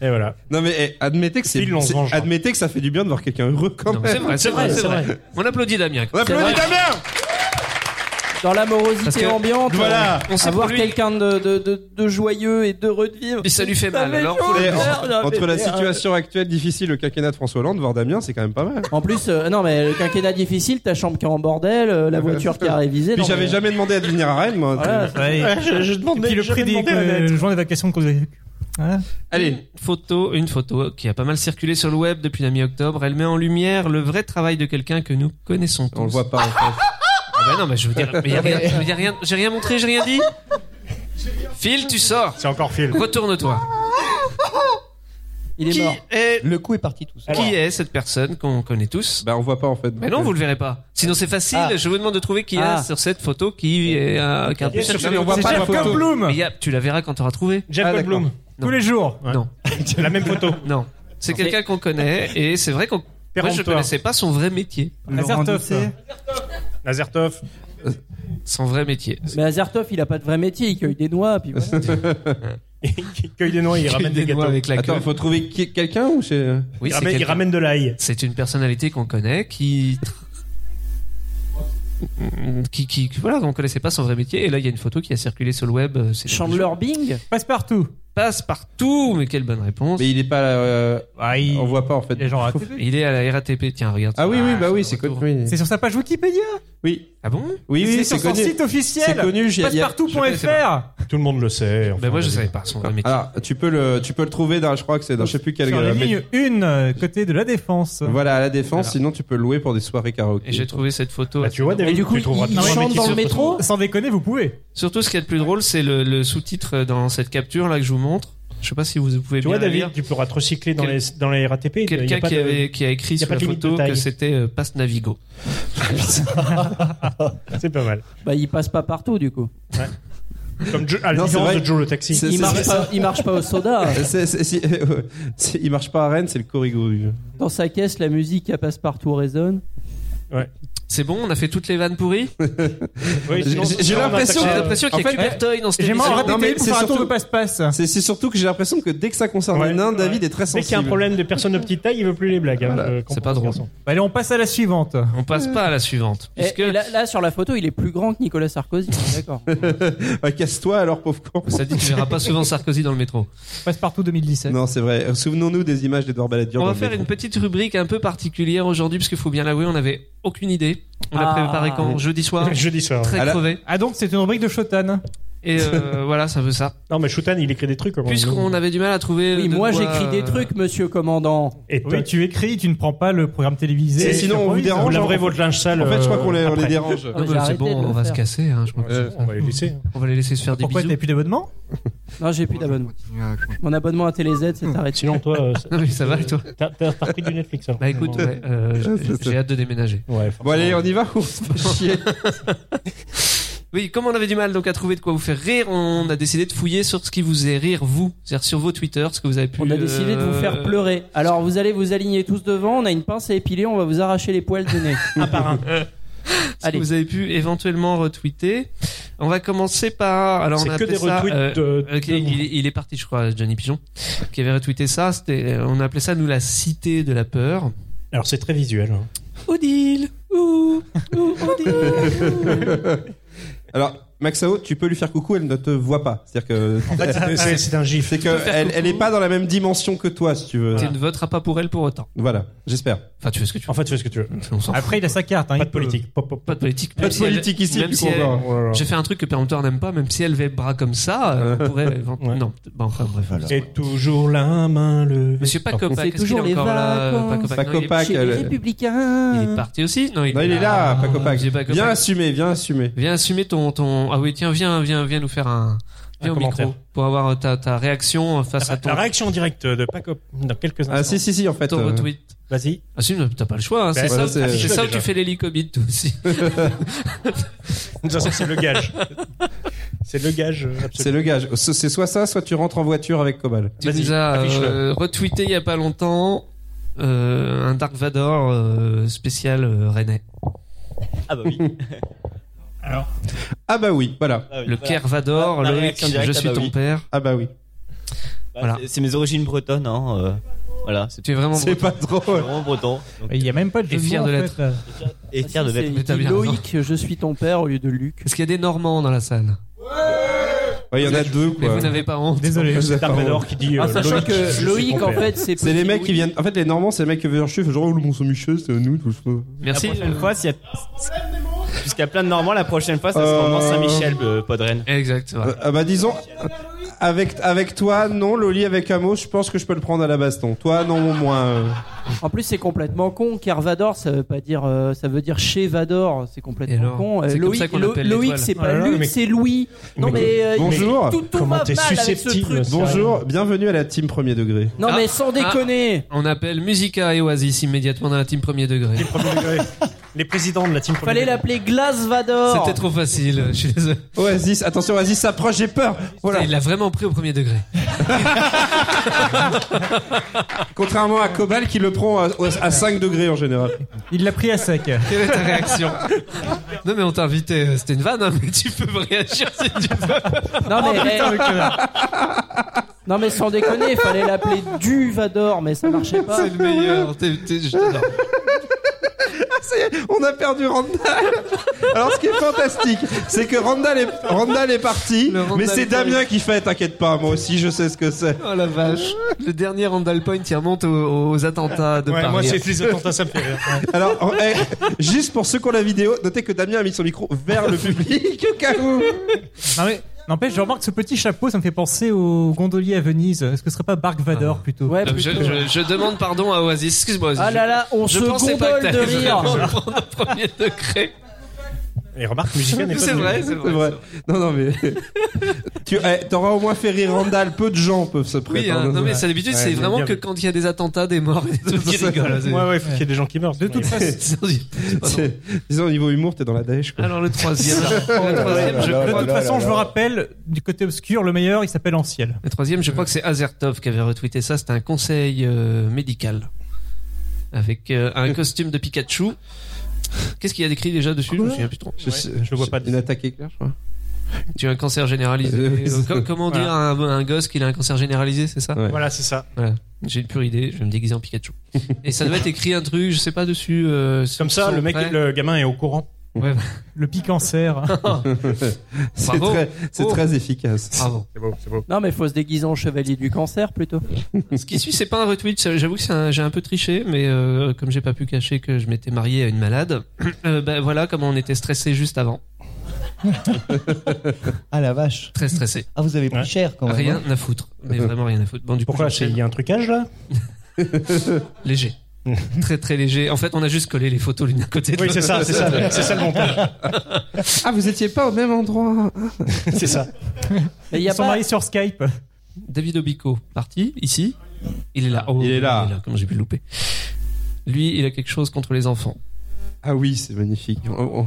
Et voilà. Non mais eh, admettez que c'est, Ils l'ont c'est- vengé. admettez que ça fait du bien de voir quelqu'un heureux quand Non, même. C'est vrai, c'est vrai, c'est vrai. On applaudit Damien. On applaudit Damien Dans Parce l'amorosité que- ambiante, Voilà. On euh, sait avoir pour lui. quelqu'un de, de, de, de joyeux et d'heureux de vivre. Et ça lui fait mal, fait alors chaud, faut le Et merde, Eh, en- non, mais- entre la mais, euh, situation actuelle difficile, le quinquennat de François Hollande, voir Damien, c'est quand même pas mal. En plus, euh, non mais le quinquennat difficile, ta chambre qui est en bordel, euh, la voiture qui est révisée. Puis non, j'avais mais- jamais demandé à devenir à Rennes. moi. Voilà, je, demande Puis le prix des euh, joints d'évacuation de cause de- Voilà. Allez, une photo, une photo qui a pas mal circulé sur le web depuis la mi-octobre. Elle met en lumière le vrai travail de quelqu'un que nous connaissons tous. On le voit pas. en fait. Ah bah non, mais je veux dire, mais y a rien, je veux dire rien- j'ai rien montré, j'ai rien dit. Phil, tu sors. C'est encore Phil. Retourne-toi. il est Qui mort. est, Le coup est parti tout seul. qui est cette personne qu'on connaît tous Bah on voit pas en fait. Mais non, vous le verrez pas. Sinon, c'est facile. Ah. Je vous demande de trouver qui Ah. est sur cette photo qui est euh, qui a un peu cette Sur cette- on voit c'est pas la Jeff photo. Goldblum. Mais y a- tu la verras quand tu auras trouvé. Jeff Ah, Goldblum. Tous les jours. Non. La même photo. Non. C'est quelqu'un qu'on connaît et c'est vrai qu'on. Moi, je Péremptoire. connaissais pas son vrai métier. Laser top, ça. Nazertov. Son vrai métier. Mais Azertov, il a pas de vrai métier, il cueille des noix. Puis voilà. Il cueille des noix, il ramène des gâteaux. avec la Attends, queue. faut trouver qui- quelqu'un ou c'est Oui, il, c'est ramène, il quelqu'un. ramène de l'ail. C'est une personnalité qu'on connaît qui... qui, qui, qui- voilà, on connaissait pas son vrai métier. Et là, il y a une photo qui a circulé sur le web. euh, ces derniers jours. Chandler Bing. Passe partout. passe partout, mais quelle bonne réponse. Mais il est pas. euh, on voit pas en fait. Les gens ratent. Il est à la RATP, tiens, regarde. Ah oui, oui, bah oui, son c'est connu. retour. Oui, C'est sur sa page Wikipédia. oui, Ah bon oui, oui, c'est c'est sur son connu. site officiel. C'est connu. j'ai- il y a- Je connaissais pas. Passepartout.fr. Tout le monde le sait. enfin, Bah moi, je vas-y. savais pas son vrai métier. Alors, Ah, tu peux le, tu peux le trouver dans, je crois que c'est dans, je sais plus quel. Sur la euh, ligne 1, côté de la euh. défense. Voilà, à la défense. Voilà. Sinon, tu peux le louer pour des soirées karaoké. Et j'ai trouvé cette photo. Bah, tu vois, David, Et du coup, tu trouveras il toujours un chante métier dans le sur- métro. Oh. Sans déconner, vous pouvez. Surtout, ce qui est le plus drôle, c'est le, le sous-titre dans cette capture là que je vous montre. Je sais pas si vous pouvez Tu bien vois, la David, lire. tu pourras te recycler dans, Quel- les, dans la RATP. il y a Quelqu'un pas qui, de- avait- qui a écrit y a sur pas la de limite de photo que taille. c'était euh, Passe Navigo. C'est pas mal. Bah, il passe pas partout du coup. Comme Joe- à la Non, c'est différence vrai. de Joe le taxi. C'est- Il marche pas, il marche pas au soda. Euh, C'est- c'est- si- si- il marche pas à Rennes, c'est le Corrigo. Dans sa caisse, la musique elle passe partout résonne. C'est bon, on a fait toutes les vannes pourries. Oui, J'ai- sinon- j'ai sinon, on l'impression J'ai attaque- l'impression qu'il y a en que fait, Berteuil dans cette J'aimerais en émission. Non, mais répéter une c'est pour un tour surtout- de passe-passe. C'est c'est surtout que j'ai l'impression que dès que ça concerne Ouais. un nain, Ouais. David est très sensible. Dès qu'il y a un problème de personne de petite taille, il veut plus les blagues. hein, Voilà. je comprends C'est pas ce drôle. garçon. Bah, allez, on passe à la suivante. On passe pas à la suivante. Et- Puisque et là, là, sur la photo, il est plus grand que Nicolas Sarkozy. D'accord. Ah, Casse-toi alors, pauvre con. ça dit que tu verras pas souvent Sarkozy dans le métro. Passepartout 2017. Non, c'est vrai. Souvenons-nous des images d'Edouard Balladur. On va dans le faire métro. une petite rubrique un peu particulière aujourd'hui, parce qu'il faut bien l'avouer, on n'avait aucune idée. On l'a Ah. préparé quand Jeudi soir. Jeudi soir. Très À la- crevé. Ah donc c'est une rubrique de Shotan. Et euh, voilà, ça veut ça. Non, mais Shoutan, il écrit des trucs. au moins. Puisqu'on avait du mal à trouver. Oui, de moi quoi, j'écris des euh, trucs, monsieur commandant. Et toi, Oui, tu écris, tu ne prends pas le programme télévisé. Et sinon, on vous tu dérange. laverais votre linge sale. En fait, je crois euh, qu'on les, on les après. dérange. non, mais J'ai Ah, bah, c'est arrêté bon, de le on va se faire. casser. hein, je pense. Euh, On va les laisser. hein. On va les laisser se faire des Pourquoi bisous. t'avais plus d'abonnement Non, j'ai plus d'abonnement. Mon abonnement à TéléZ s'est arrêté. Sinon, toi, euh, Non, mais ça va, et toi t'as t'as- t'as repris du Netflix. alors. Bah écoute, Ouais, ouais, euh, j'ai- j'ai hâte de déménager. forcément. Bon, allez, on y va on se fait chier. Oui, comme on avait du mal donc à trouver de quoi vous faire rire, on a décidé de fouiller sur ce qui vous est rire vous, c'est-à-dire sur vos Twitter, ce que vous avez pu. On a décidé de vous faire euh, pleurer. Alors vous allez vous aligner tous devant, on a une pince à épiler, on va vous arracher les poils du nez. un par un. ce Allez. que vous avez pu éventuellement retweeter. On va commencer par. Alors, C'est on a que appelé des ça, retweets euh, de- ok, de- il, est- il est parti, je crois, Johnny Pigeon, qui avait retweeté ça. C'était, euh, on appelait ça, nous, la cité de la peur. Alors, c'est très visuel. hein. Odile ouh, ouh, Odile Alors, Maxao, tu peux lui faire coucou, elle ne te voit pas. C'est-à-dire que. C'est- C'est c'est un gif. C'est que elle, elle est pas dans la même dimension que toi, si tu veux. Tu ne voteras pas pour elle pour autant. Voilà, j'espère. Enfin, tu fais ce que tu veux. En fait, tu fais ce que tu veux. On s'en fout. Après il a sa carte. Pas Hein, il de peut. politique. Pop, pop, Pas de politique. Pas même de si elle- politique ici, même du si coup, elle- encore. Oh là là. J'ai fait un truc que Péremptoire n'aime pas, même si elle levait le bras comme ça, euh, on pourrait. éventuellement- Ouais. Non, bon, enfin bref. Et toujours la main levée. Monsieur Pacopa, C'est qu'est-ce qu'il toujours est les encore là euh, vacances. Pacopa, non, il est- Pacopa, Chez qu'elle- les républicains. Il est parti aussi Non, il, Non, il est là, Ah, Paco Pac. Monsieur Pacopa. Viens assumer, viens assumer. Viens assumer ton, ton. Ah oui, tiens, viens, viens, viens nous faire un. Viens Un au micro commentaire. pour avoir ta, ta réaction face à ton, La réaction directe de Paco dans quelques instants. Ah, si, si, si, en fait. ton euh, retweet. Vas-y. Ah si, mais t'as pas le choix. hein, Bah, c'est ça, voilà, c'est c'est- ça où déjà. tu fais l'hélicobite toi aussi. Ça, ça, c'est le gage. C'est le gage. euh, C'est absolu. le gage. So- C'est soit ça, soit tu rentres en voiture avec Cobal. tu Vas-y, nous as euh, affiche-le. retweeté il y a pas longtemps. euh, un Dark Vador euh, spécial euh, rennais. Ah bah oui. Ah bah oui, voilà. Ah oui, Le voilà. Kerr Vador, La Loïc, réaction directe, je ah suis bah ton oui. père. Ah bah oui. Bah, Voilà. c'est- C'est mes origines bretonnes, hein. euh, Voilà, c'est Tu es vraiment C'est breton. pas drôle. vraiment breton. Donc, Et Il n'y a même pas de Et jeu de fier mots, de en l'être. fait, là. et fier de Ah, si, l'être. c'est- Mais t'as il dit bien raison. Loïc, je suis ton père au lieu de Luc. Est-ce qu'il y a des Normands dans la salle Ouais, Il y en a deux, Mais quoi. vous n'avez pas honte. Désolé, Vous c'est êtes Dark pas Vador drôle. qui dit. Ah, euh, sachant Loïc, que c'est Loïc, ton en père. fait, c'est C'est les petit mecs qui Louis. viennent. En fait, les Normands, c'est les mecs qui veulent chef, genre, oh, le monde sont micheux, c'est nous, tout ça. Merci. la prochaine fois, s'il y a... Puisqu'il y a plein de Normands, la prochaine fois, ça sera en Mont Saint-Michel, euh, Podren. Exact. voilà. Euh, ah bah disons, avec, avec toi, non, Loli, avec Amos, je pense que je peux le prendre à la baston. Toi, non, au moins. euh. En plus, c'est complètement con. Car Vador, ça veut pas dire, euh, ça veut dire chez Vador. C'est Et complètement alors con. Euh, C'est comme Loïc, ça qu'on Lo- appelle Loïc, l'étoile. c'est Ah pas là là, Luc, mais- c'est Louis. Non mais, euh, Bonjour. tout, tout Comment va t'es mal avec ce susceptible, truc. ça. Bonjour, bienvenue à la team premier degré. Non Ah, mais sans déconner. On appelle Musica et Oasis immédiatement dans la team premier degré. Premier degré. Les présidents de la team. Fallait Premier degré. l'appeler Glace Vador. C'était trop facile, je suis désolé. Oasis, attention, Oasis s'approche, j'ai peur. Voilà. Il l'a vraiment pris au premier degré. Contrairement à Cobal qui le prend à, à 5 degrés en général. Il l'a pris à sec. Quelle est ta réaction Non mais on t'a invité, euh, c'était une vanne, hein, mais tu peux réagir si tu veux. Non Ah, mais, eh, non mais sans déconner, fallait l'appeler du Vador, mais ça marchait pas. C'est le meilleur. T'es- t'es- je t'adore. Ça y est, on a perdu Randall. Alors, ce qui est fantastique, c'est que Randall est, Randall est parti, Le Randall mais c'est Point. Damien qui fait, t'inquiète pas, moi aussi, je sais ce que c'est. Oh la vache. Le dernier Randall Point qui remonte aux, aux attentats de Ouais, Paris. Euh, moi, c'est les attentats, ça me fait rire. Alors, en- eh, juste pour ceux qui ont la vidéo, notez que Damien a mis son micro vers le public au cas où. Non mais, n'empêche, je remarque ce petit chapeau, ça me fait penser au gondolier à Venise. Est-ce que ce serait pas Bark Vador plutôt eh, Ouais, Euh, je, plutôt. je- je demande pardon à Oasis. Excuse-moi. Oasis. Ah là là, on je se pensais gondole pas que de t'allais vraiment rire. le prendre au premier degré. Et remarque, musicale n'est pas C'est de- vrai, c'est C'est vrai. vrai. Non, non, mais. tu eh, T'auras au moins fait rire Randall. Peu de gens peuvent se Oui, prêter. hein, non mais c'est d'habitude, Ouais, c'est bien, vraiment bien que vu. quand il y a des attentats, des morts, et des trucs qui rigolent. Ouais, ouais, faut qu'il y ait des gens qui meurent. De toute façon, C'est- Disons, au niveau humour, t'es dans la dèche, quoi. Alors le troisième, le troisième, Ah, je de crois, toute façon, je le rappelle, du côté obscur, le meilleur, il s'appelle En Ciel. le troisième, je crois que c'est Azertov qui avait retweeté ça. C'était un conseil euh, médical avec euh, un costume de Pikachu. Qu'est-ce qu'il y a d'écrit déjà dessus Je me souviens plus trop. Je, sais- je le vois pas. Une attaque éclair, je crois. Tu as un cancer généralisé. Euh, oui, Euh, c'est- com- Comment dire à un, à un gosse qu'il a un cancer généralisé, c'est ça Ouais. Voilà, c'est ça. Voilà. J'ai une pure idée. Je vais me déguiser en Pikachu. Et ça doit être écrit un truc, je sais pas dessus. euh, si Comme ils ça, sont le mec, prêts. le gamin est au courant. Ouais, Le pic en serre. C'est Bravo. très, c'est Oh. très efficace. bravo. C'est beau, c'est beau. Non mais faut se déguiser en chevalier du cancer plutôt. Ce qui suit, c'est pas un retweet. ça, J'avoue que c'est un- j'ai un peu triché, mais euh, comme j'ai pas pu cacher que je m'étais marié à une malade, euh, ben voilà comment on était stressé juste avant. Ah la vache. Très stressé. Ah, vous avez pris Ouais. cher quand même. Rien hein. à foutre. Mais vraiment rien à foutre. Bon, du coup, Pourquoi c'est- j'enchaîne. Il y a un trucage là léger. très très léger. En fait, on a juste collé les photos l'une à côté de Oui, c'est l'autre. ça, c'est ça, c'est ça le montage. Ah, vous étiez pas au même endroit. C'est ça. Mais il y Ils a sont pas. mariés sur Skype. David Obico, parti, ici. Il est là. Oh, Il est là. Comment j'ai pu le louper. Lui, il a quelque chose contre les enfants. Ah oui, c'est magnifique. Oh, oh.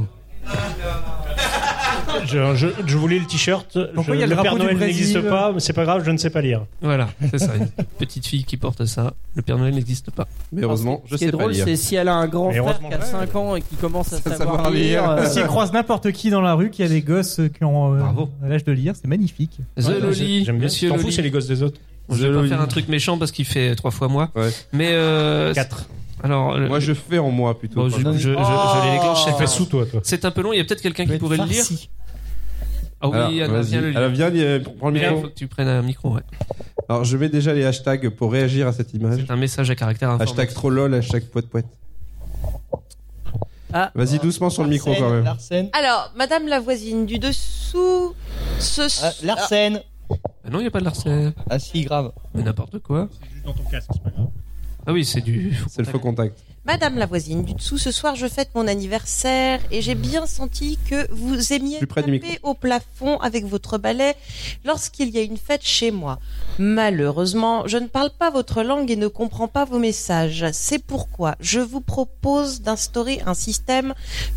Je, je, je voulais le t-shirt. je- il y a le drapeau Père du Noël Brésil n'existe pas, mais c'est pas grave, je ne sais pas lire. Voilà, c'est ça. Une petite fille qui porte ça. Le Père Noël n'existe pas. Mais heureusement, je Ce qui est sais pas drôle, lire. c'est si elle a un grand Mais frère heureusement qui a que- 5 ans et qui commence à savoir, savoir lire. lire. euh, S'ils croisent n'importe qui dans la rue, qu'il y a des gosses qui ont euh, Bravo. l'âge de lire, c'est magnifique. The Ouais, Loli, J'aime bien. Monsieur T'en fous, Loli. c'est les gosses des autres. Je vais pas Joli. faire un truc méchant parce qu'il fait trois fois moi. Ouais. Mais euh, Quatre. c'est- alors le- Moi, je fais en moi plutôt. bon, je, je, je, je les déclenche chaque Fais fois. sous toi, toi. C'est un peu long. Il y a peut-être quelqu'un Je vais qui être pourrait le lire. farci. Ah Alors, oui, Anna, vas-y. viens le lire. Alors, viens, euh, prends le Mais il micro. faut que tu prennes un micro. Ouais. Alors, je mets déjà les hashtags pour réagir à cette image. C'est un message à caractère Hashtag informatif. trop lol, hashtag poète poète. Ah. Vas-y doucement sur le micro Larsen, quand même. Larsen. Alors, Madame la voisine du dessous, ce Ah, Larsen. Ah non, il n'y a pas de Larsen. Ah si, grave. Mais n'importe quoi. C'est juste dans ton casque, c'est pas grave. Ah oui, c'est du. C'est le faux contact. Madame la voisine du dessous, ce soir je fête mon anniversaire et j'ai bien senti que vous aimiez Plus près du taper au plafond avec votre balai lorsqu'il y a une fête chez moi. Malheureusement, je ne parle pas votre langue et ne comprends pas vos messages. C'est pourquoi je vous propose d'instaurer un système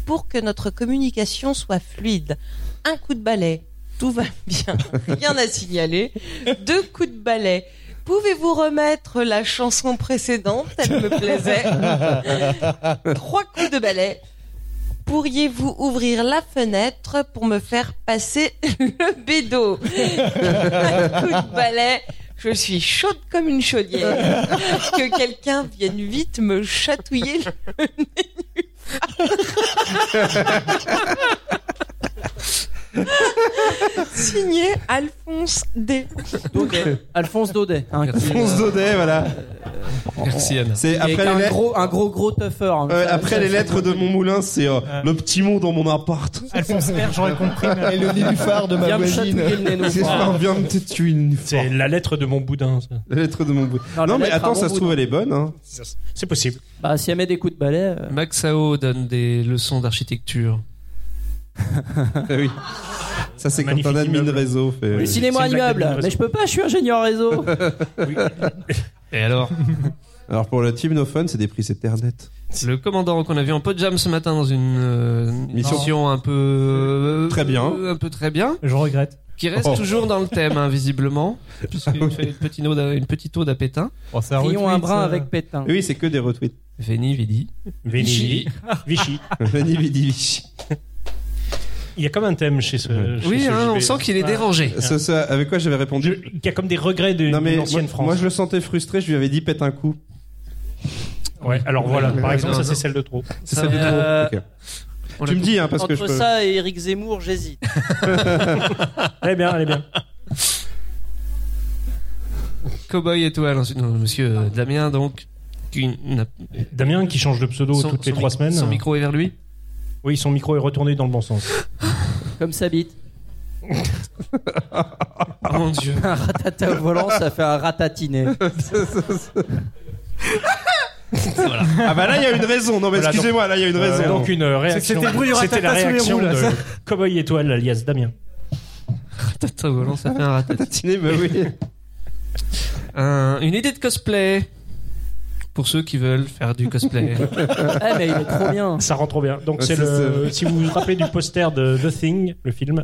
pour que notre communication soit fluide. Un coup de balai, tout va bien, rien à signaler. Deux coups de balai, Pouvez-vous remettre la chanson précédente Elle me plaisait. Trois coups de balai. Pourriez-vous ouvrir la fenêtre pour me faire passer le bédo Un coup de balai. Je suis chaude comme une chaudière. Que quelqu'un vienne vite me chatouiller le nénuphar. Signé Alphonse D. Daudet. Alphonse Daudet. hein, qui- Alphonse Daudet, voilà. Oh. Merci Anne. C'est qui est après les Euh, un, lettres. gros, un gros gros tougher. hein. ouais, Ça- après ça- les ça- lettres de mon moulin, c'est euh, le petit mot dans mon appart. Alphonse R, j'aurais compris. mais- Et le nénuphar de ma Viens me voisine. chatouiller le nénuphar. C'est ça, viens me te tuer une fois. C'est la lettre de mon boudin. ça. La lettre de mon bout. Non, Non, la mais lettre à attends, mon ça se bout. trouve, elle est bonne. Hein. C'est possible. Bah, si elle met des coups de balai. euh, Max Sao donne des leçons d'architecture. Ah oui. Ça, c'est quand Magnifique un admin de immeuble. réseau fait. Oui. euh, Cinéma C'est une blague immeuble. d'animation. Mais je peux pas, je suis ingénieur réseau. Et alors Alors pour le Team No Fun, c'est des prix Ethernet. Le commandant qu'on a vu en pot jam ce matin dans une euh, Mission. mission un peu euh, Très bien. euh, un peu très bien, Je regrette. qui reste Oh. toujours dans le thème hein, visiblement, puisqu'il fait une petite ode à- une petite ode à Pétain. Bon, c'est Rion un retweet, euh. brin ça. avec Pétain. Oui, c'est que des retweets. Veni vidi. Vénélie. Vichy. Veni, vidi, vici. Il y a comme un thème chez ce. chez Oui, ce hein, on JV. sent qu'il est dérangé. Ce- ce- avec quoi j'avais Je- répondu Il y a comme des regrets de Non mais l'ancienne moi, France. moi, je le sentais frustré, je lui avais dit pète un coup. Ouais, alors voilà, par Ouais, exemple, non, ça non. c'est celle de trop. C'est Ça, ça de trop. euh, Ok. On Tu l'a me dis hein parce que je Entre peux. ça et Eric Zemmour, j'hésite. Elle est bien, elle est bien. Cowboy étoile ensuite non, monsieur euh, Damien donc qui n'a- Damien qui change de pseudo son- toutes les son trois mi- semaines. Son micro est vers lui. Oui, son micro est retourné dans le bon sens. Comme sa bite. Oh mon dieu. Un ratata au volant, ça fait un ratatiné. Ah bah là il y a une raison. Non mais Voilà, excusez-moi, là il y a une Euh, raison. donc une euh, réaction. C'était le bruit du C'était la ratata sur les réaction roues, là, de Cowboy Étoile alias Damien. Tata au volant, ça fait un ratat. Tiné, bah oui. Un- une idée de cosplay pour ceux qui veulent faire du cosplay. Eh, mais il est trop bien. Ça rend trop bien. Donc Ah, c'est c'est le. Si vous vous rappelez du poster de The Thing, le film,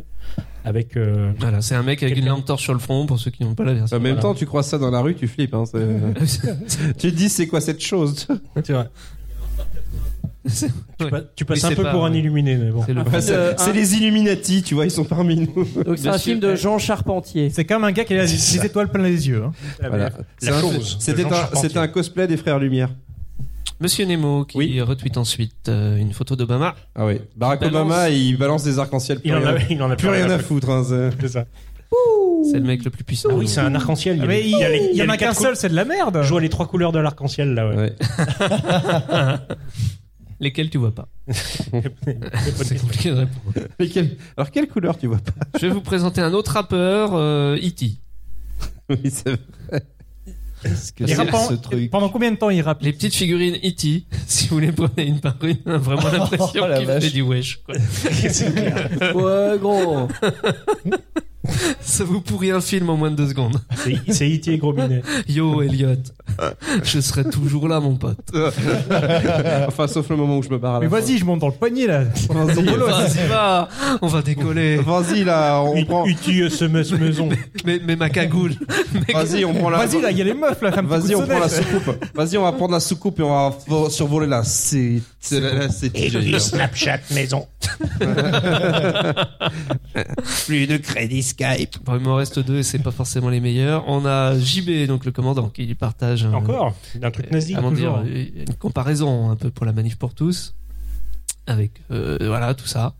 avec. euh, voilà, c'est un mec avec une Quelqu'un. lampe torche sur le front pour ceux qui n'ont pas la version. En même Voilà. temps, tu croises ça dans la rue, tu flippes. Hein, c'est- tu te dis c'est quoi cette chose tu, pas- bah, tu passes Oui, un c'est peu pas- pour un illuminé, mais bon. C'est le Enfin, Euh, C'est un- c'est les Illuminati, tu vois, ils sont parmi nous. Donc c'est un Monsieur- film de Jean Charpentier. C'est comme un gars qui a des des étoiles plein les yeux. hein. Ah, Voilà. C'est un- chose de C'était Jean un, Charpentier. c'était un cosplay des frères Lumière. Monsieur Nemo qui Oui. retweet ensuite euh, une photo d'Obama. Ah oui. Barack Balance. Obama, il balance des arcs-en-ciel. Il plus en a, rien- il en a plus rien à foutre. hein, c'est- C'est ça. C'est le mec le plus puissant. Ah oui, c'est un arc-en-ciel. Mais les- il les- il y en les a qu'un quatre seul, c'est de la merde. cou- Je vois les trois couleurs de l'arc-en-ciel là. Ouais. Ouais. Lesquels tu vois pas C'est compliqué de répondre. Mais quel- Alors quelle couleur tu vois pas Je vais vous présenter un autre rappeur, euh, E.T. Oui, c'est vrai. Qu'est-ce que Il c'est rappe en- ce truc Pendant combien de temps il rappe Les petites figurines E.T. Si vous les prenez une par une, on a vraiment l'impression Oh, la qu'il fait vache. du wesh. quoi. Ouais, gros. Ça vous pourrit un film en moins de deux secondes. C'est- C'est E.T. et Gros Minet. Yo Elliot, je serai toujours là mon pote. Enfin, sauf le moment où je me barre. à la Mais fin. vas-y, je monte dans le poignet là. Vas-y. Vas-y va, on va décoller. Vas-y là, on prend. E.T. se me- maison. Mais, mais ma cagoule. Mais- Vas-y, on prend la. Vas-y, là, il y a les meufs là. fais un petit coup Vas-y, de on prend la sonnette. soucoupe. Vas-y, on va prendre la soucoupe et on va vo- survoler la c'est la, la- c'est- Et du Snapchat maison. plus de crédit Skype. Bon, il m'en reste deux et c'est pas forcément les meilleurs. On a JB, donc le commandant, qui partage. un- Encore D'un euh, truc nazi. comment dire, toujours. hein. euh, une comparaison un peu pour la manif pour tous. Avec, euh, voilà, tout ça.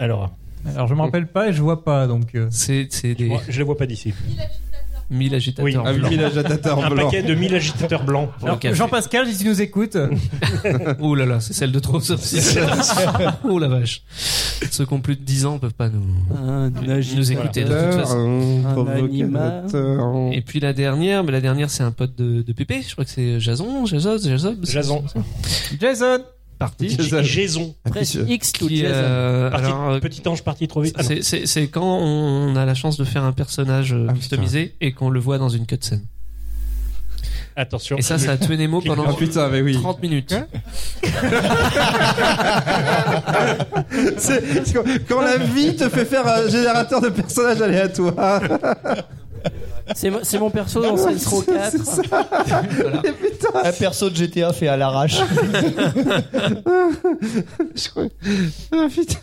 Alors, Alors je me rappelle pas et je vois pas donc. euh, C'est c'est des moi, je les vois pas d'ici. 1000 agitateurs. Oui. en Un blanc. village Un en blanc. paquet de 1000 agitateurs blancs. Pour le café. Jean-Pascal, si tu nous écoutes, euh, Oh là là, c'est celle de trop sauf si- Oh la vache. Ceux qui ont plus de 10 ans peuvent pas nous, Un Ah, nous écouter de toute façon. Un animal. provocateur. Et puis la dernière, mais la dernière c'est un pote de, de Pépé, je crois que c'est Jason, Jason, Jason. Jason. Jason. Parti. Jason. Jason. Ah, Presse X tout Qui, Jason. euh, Parti- alors, euh, petit ange parti trop vite. Ah non. c'est- c'est c'est quand on a la chance de faire un personnage euh, Ah, customisé et qu'on le voit dans une cutscene. Attention. Et ça, ça a tué Nemo Ah pendant putain, mais oui. 30 minutes. C'est c'est quand, quand la vie te fait faire un générateur de personnages aléatoires. C'est mo- c'est mon perso dans Saints Row 4. Un perso de GTA fait à l'arrache. Je crois- Ah, putain.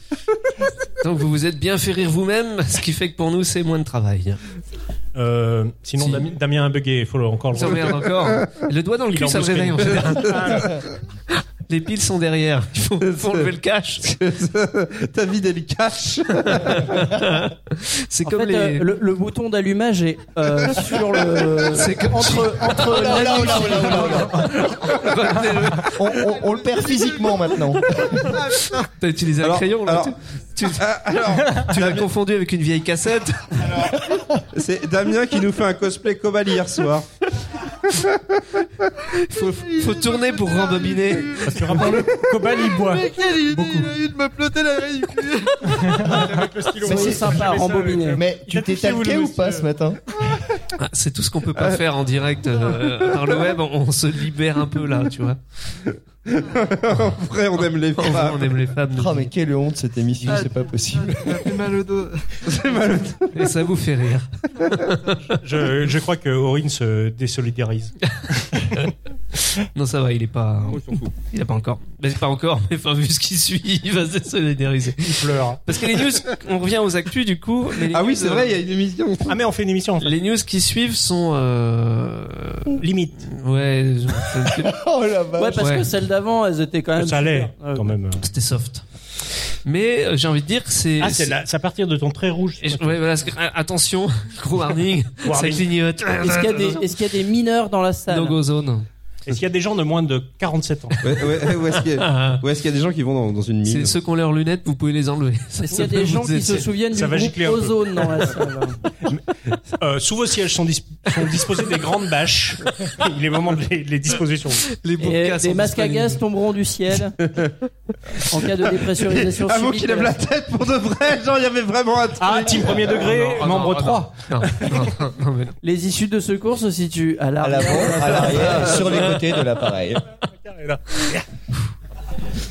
Donc vous vous êtes bien fait rire vous-même, ce qui fait que pour nous c'est moins de travail. Euh, sinon, Si. Dami- Damien a bugué, il faut le- encore le Ça merde encore. Le doigt dans le Il cul, en ça le bouge réveille en pas. général. Les piles sont derrière. Il faut, faut enlever le cash. Ta vie délicate. C'est En comme fait, les. euh, le, le bouton d'allumage est euh, sur le. C'est comme- entre entre Oh là, oh là, oh là, oh là, oh là. On, on- on le perd physiquement maintenant. T'as utilisé un Alors, crayon là alors- Tu, tu- Ah, alors, tu l'as confondu avec une vieille cassette. c'est Damien qui nous fait un cosplay Cobali hier soir. Faut, faut tourner pour rembobiner. Parce que rappelons-le, Cobal il boit. Mais c'est sympa, rembobiner. Mais tu t'es touché, vous, le talqué ou monsieur pas ce matin Ah, c'est tout ce qu'on peut pas faire en direct euh, par le web. On, on se libère un peu là, tu vois. Après, on aime les femmes. On aime les femmes. nous. Oh mais quelle honte cette émission, c'est pas possible. Et ça vous fait rire. Je, je crois que Aurine se désolidarise. Non, ça va, il est pas. Ah Il a pas encore. Mais pas encore, mais enfin, vu ce qui suit, il va se solidariser. Il pleure. Parce que les news, on revient aux actus du coup. mais les Ah oui, news, euh, c'est vrai, il y a une émission. Ah mais on fait une émission en fait. Les news qui suivent sont. Euh... Limite. Ouais, Oh la vache. Ouais, parce Ouais. que celles d'avant, elles étaient quand même. Ça allait Ah, super. quand même. c'était soft. Mais euh, j'ai envie de dire que c'est. Ah c'est là, c'est à partir de ton trait rouge. Et je- ouais, voilà, c'est- ah, attention, gros warning, ça Warning. clignote. Est-ce qu'il y, a des- est-ce qu'il y a des mineurs dans la salle No go zone. Est-ce qu'il y a des gens de moins de 47 ans Ouais, ouais, où est-ce qu'il y, a- où est-ce qu'il y a des gens qui vont dans, dans une mine C'est ceux qui ont leurs lunettes, vous pouvez les enlever. Ça, Est-ce ça qu'il y a peut des gens vous qui aider. se souviennent Ça va du gicler groupe un peu. Ozone dans la salle euh, Sous vos sièges sont, dis- sont disposés des grandes bâches. Il est moment de les, de les disposer sur vous. Les Et burkas des sont masques à disponibles. gaz tomberont du ciel en cas de dépressurisation Ah, vous subite. euh, qui lève la tête pour de vrai, genre il y avait vraiment un truc. Ah team premier degré, Ah non, ah non, membre ah non. 3. Non, non, non, mais non. Les issues de secours se situent à À l'avant, l'arrière. à l'arrière, sur les côtés de l'appareil.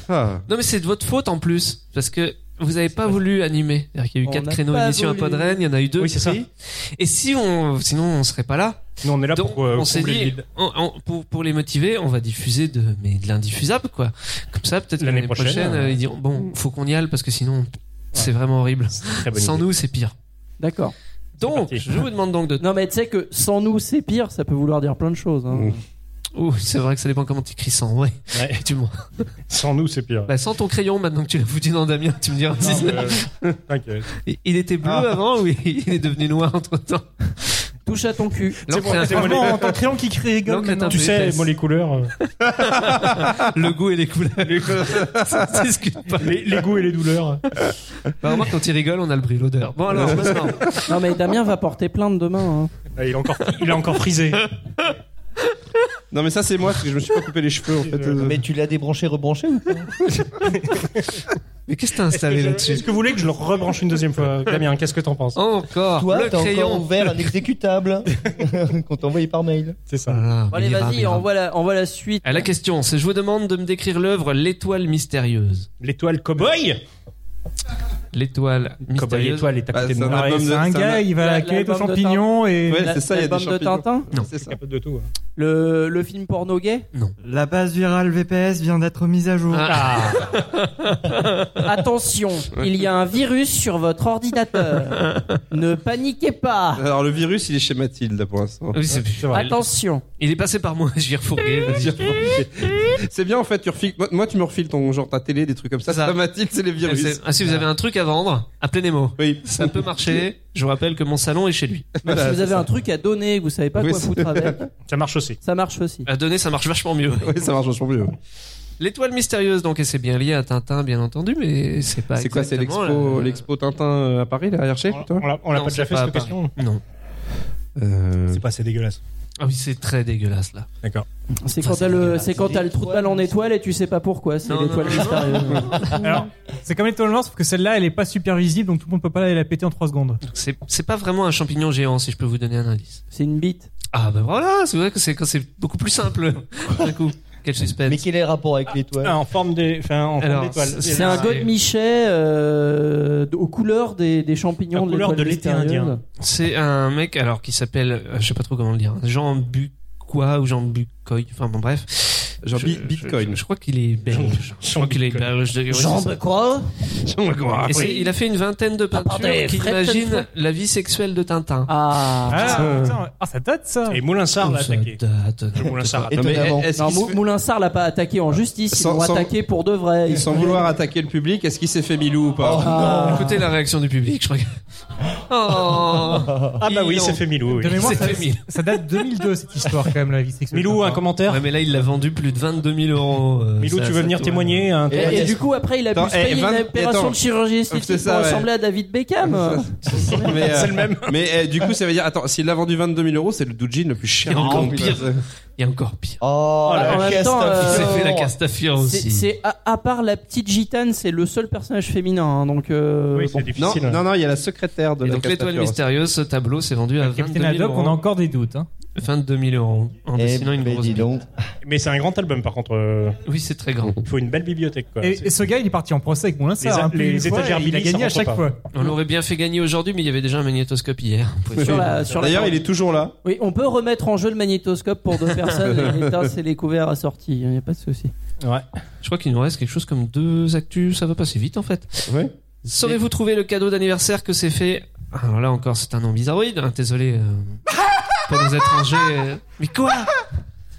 Ah. Non, mais c'est de votre faute en plus, parce que vous n'avez pas voulu animer. C'est-à-dire qu'il y a eu On quatre n'a créneaux pas émissions à voulu. Podren, il y en a eu deux. Oui, c'est ça. pris. Et si on, sinon on serait pas là. Nous on est là Donc pour euh, on s'est combler le dit, vide. on- on- pour, pour les motiver, on va diffuser de, mais de l'indiffusable quoi. Comme ça, peut-être que L'année l'année prochaine, prochaine, euh, ils diront bon, Mm. faut qu'on y aille parce que sinon c'est vraiment horrible. Très bonne Sans idée. nous, c'est pire. D'accord. Donc, parti. je vous demande donc de. Non mais tu sais que sans nous c'est pire, ça peut vouloir dire plein de choses. Mm. hein. Ouh, Oh, c'est vrai que ça dépend comment t'écris sans. Ouais, Ouais. tu me- Sans nous c'est pire. Bah, sans ton crayon, maintenant que tu l'as foutu dans Damien, tu me diras. si c'est- Euh, T'inquiète. Il- Il était bleu Ah. avant ou il il est devenu noir entre temps Touche à ton cul. L'encre est un peu- Vraiment, en tant que crayon qui crée rigole. l'encre est un maintenant. peu Tu sais, épaisse. moi les couleurs, euh, le goût et les couleurs. Ça ne discute pas. les, les goûts et les douleurs. Bah, remarque, quand il rigole, on a le bruit, l'odeur. Bon, alors, maintenant. Non mais Damien va porter plainte demain. hein. Ah, il, est encore, il est encore frisé. Non mais ça c'est moi parce que je me suis pas coupé les cheveux en fait. Euh, Mais tu l'as débranché, rebranché ou pas Mais qu'est-ce que t'as installé là-dessus Est-ce que vous voulez que je le rebranche une deuxième fois Damien, qu'est-ce que t'en penses Encore Toi, le t'as encore crayon. ouvert un exécutable qu'on t'a envoyé par mail. C'est ça. Voilà, Bon, allez Oh mais il ira, mais il vas-y, ira. envoie la, envoie la suite. Ah, La question, c'est je vous demande de me décrire l'œuvre L'étoile mystérieuse. L'étoile cowboy L'étoile Cowboy mystérieuse. étoile est à Bah, côté c'est de un moi. album C'est de. un c'est gars, la- il va la cueillir aux bande de champignons et. Ouais, La- c'est ça, il y a des l'album de champignons. Tintin Non. C'est ça. capable de tout. hein. le, le film porno gay La base virale VPS vient d'être mise à jour. Ah, Attention, il y a un virus sur votre ordinateur. Ne paniquez pas. Alors le virus il est chez Mathilde là, pour l'instant. Oui, c'est- c'est vrai. Attention. Il est passé par moi, je vais refourguer. vas-y. C'est bien en fait, tu refiles. moi- Moi tu me refiles ton genre ta télé des trucs comme ça. Ça. Ça, Mathilde c'est les virus. Ah, si vous avez un truc à vendre, appelez Nemo. Oui. Ça peut marcher. Je vous rappelle que mon salon est chez lui. Même Voilà, si vous c'est avez un truc à donner, que vous savez pas Oui, quoi c'est- foutre avec, Ça marche aussi. ça marche aussi. À donner, ça marche vachement mieux. Oui, ça marche vachement mieux. L'étoile mystérieuse, donc, et c'est bien lié à Tintin, bien entendu, mais c'est pas. C'est quoi, c'est exactement l'expo, la- l'expo Tintin euh, à Paris, derrière chez On toi l'a- on l'a Non, pas déjà c'est fait pas cette à Paris. question Non. Euh, C'est pas assez dégueulasse. Ah oui, c'est très dégueulasse là. D'accord. C'est Ça, quand c'est t'as le, dégueulasse. c'est quand t'as le trou de balle en étoile et tu sais pas pourquoi. C'est Non, l'étoile non, non, mystérieuse. Alors, c'est comme l'étoile noire, sauf que celle-là, elle est pas super visible, donc tout le monde peut pas la péter en 3 secondes. Donc, C'est c'est pas vraiment un champignon géant, si je peux vous donner un indice. C'est une bite. Ah ben voilà, c'est vrai que c'est quand c'est beaucoup plus simple d'un coup. Quel suspense. Mais quel est le rapport avec l'étoile Ah, Ah, En forme des- enfin, en forme Alors, d'étoile. C'est un god michet euh, aux couleurs des, des champignons Aux de couleurs l'étoile de l'été mystérieuse. indien. C'est un mec alors qui s'appelle euh, je sais pas trop comment le dire Jean Bucois ou Jean Bucoy enfin bon bref Jean Je- Bi- je- Bitcoin. je, je crois qu'il est belge je Jean crois qu'il est Bitcoin. belge de- ouais, c'est ça. quoi Et c'est- il a fait une vingtaine de part des peintures qui Fred imaginent Todd. la vie sexuelle de Tintin Ah. Ah, putain, ouais. Ah, ça date ça Et Moulinsart l'a Ça attaqué. date. Moulinsart. Et- Non, mais Étonnamment. est-ce Non, qu'il se Mou- fait- Moulin Sarr l'a pas attaqué en justice, ils Sans- l'ont sans- attaqué pour de vrai. Et sans vouloir attaquer le public, est-ce qu'il s'est fait milou ou pas Ah. Écoutez la réaction du public, je crois. que- Oh Ah bah oui, Ils c'est ont- fait Milou. oui. De mémoire, c'est ça, fait Milou. ça date 2002 cette histoire quand même, la vie sexuelle. Milou, un commentaire Ouais, mais là, il l'a vendu plus de 22 000 euros. euh, Milou, ça- tu ça veux venir tourne. Eh, témoigner à un Et, et du coup, après, il a pu Attends, se payer eh, vingt- une opération attends. de chirurgie C'est esthétique ça, pour ouais. ressembler à David Beckham. Mais, euh, C'est le même. Mais euh, du coup, ça veut dire, attends, s'il l'a vendu 22 000 euros, c'est le doujin le plus cher Il y a du encore monde. pire. Il y a encore pire. Oh, Ah, la en même caisse, temps, t'as- Il euh, s'est fait la Oh. Castafiore C'est- aussi. C'est à, à part la petite gitane, c'est le seul personnage féminin. hein, donc euh, Oui, bon. c'est Non, difficile. non, non, il y a la secrétaire de Et la donc, l'étoile Castafiore. mystérieuse, ce tableau s'est vendu à 22 Capitaine 000 Haddock, on a euros. encore des doutes. Hein. 22 000 euros. En Eh, dessinant une ben, grosse. dis donc. Mais c'est un grand album par contre. euh, bite. Oui, c'est très grand. Il faut une belle bibliothèque quoi. Et, et ce gars, il est parti en procès avec Moulin Sarr. Bah, Les- hein, plus les d'une fois, étagères et Il a Billy, ça gagné à rentre chaque pas. fois. On l'aurait bien fait gagner aujourd'hui, mais il y avait déjà un magnétoscope hier. Pour être Sur sûr. la- sur la- D'ailleurs, il est toujours là. Oui, on peut remettre en jeu le magnétoscope pour deux personnes. et les tasses et les couverts assortis. Il n'y a pas de souci. Je crois qu'il nous reste quelque chose comme deux actus. Ça va passer vite en fait. Ouais. Saurez-vous trouver le cadeau d'anniversaire que s'est fait Alors là encore, c'est un nom bizarroïde. hein, Désolé euh, pour les étrangers. euh. Mais quoi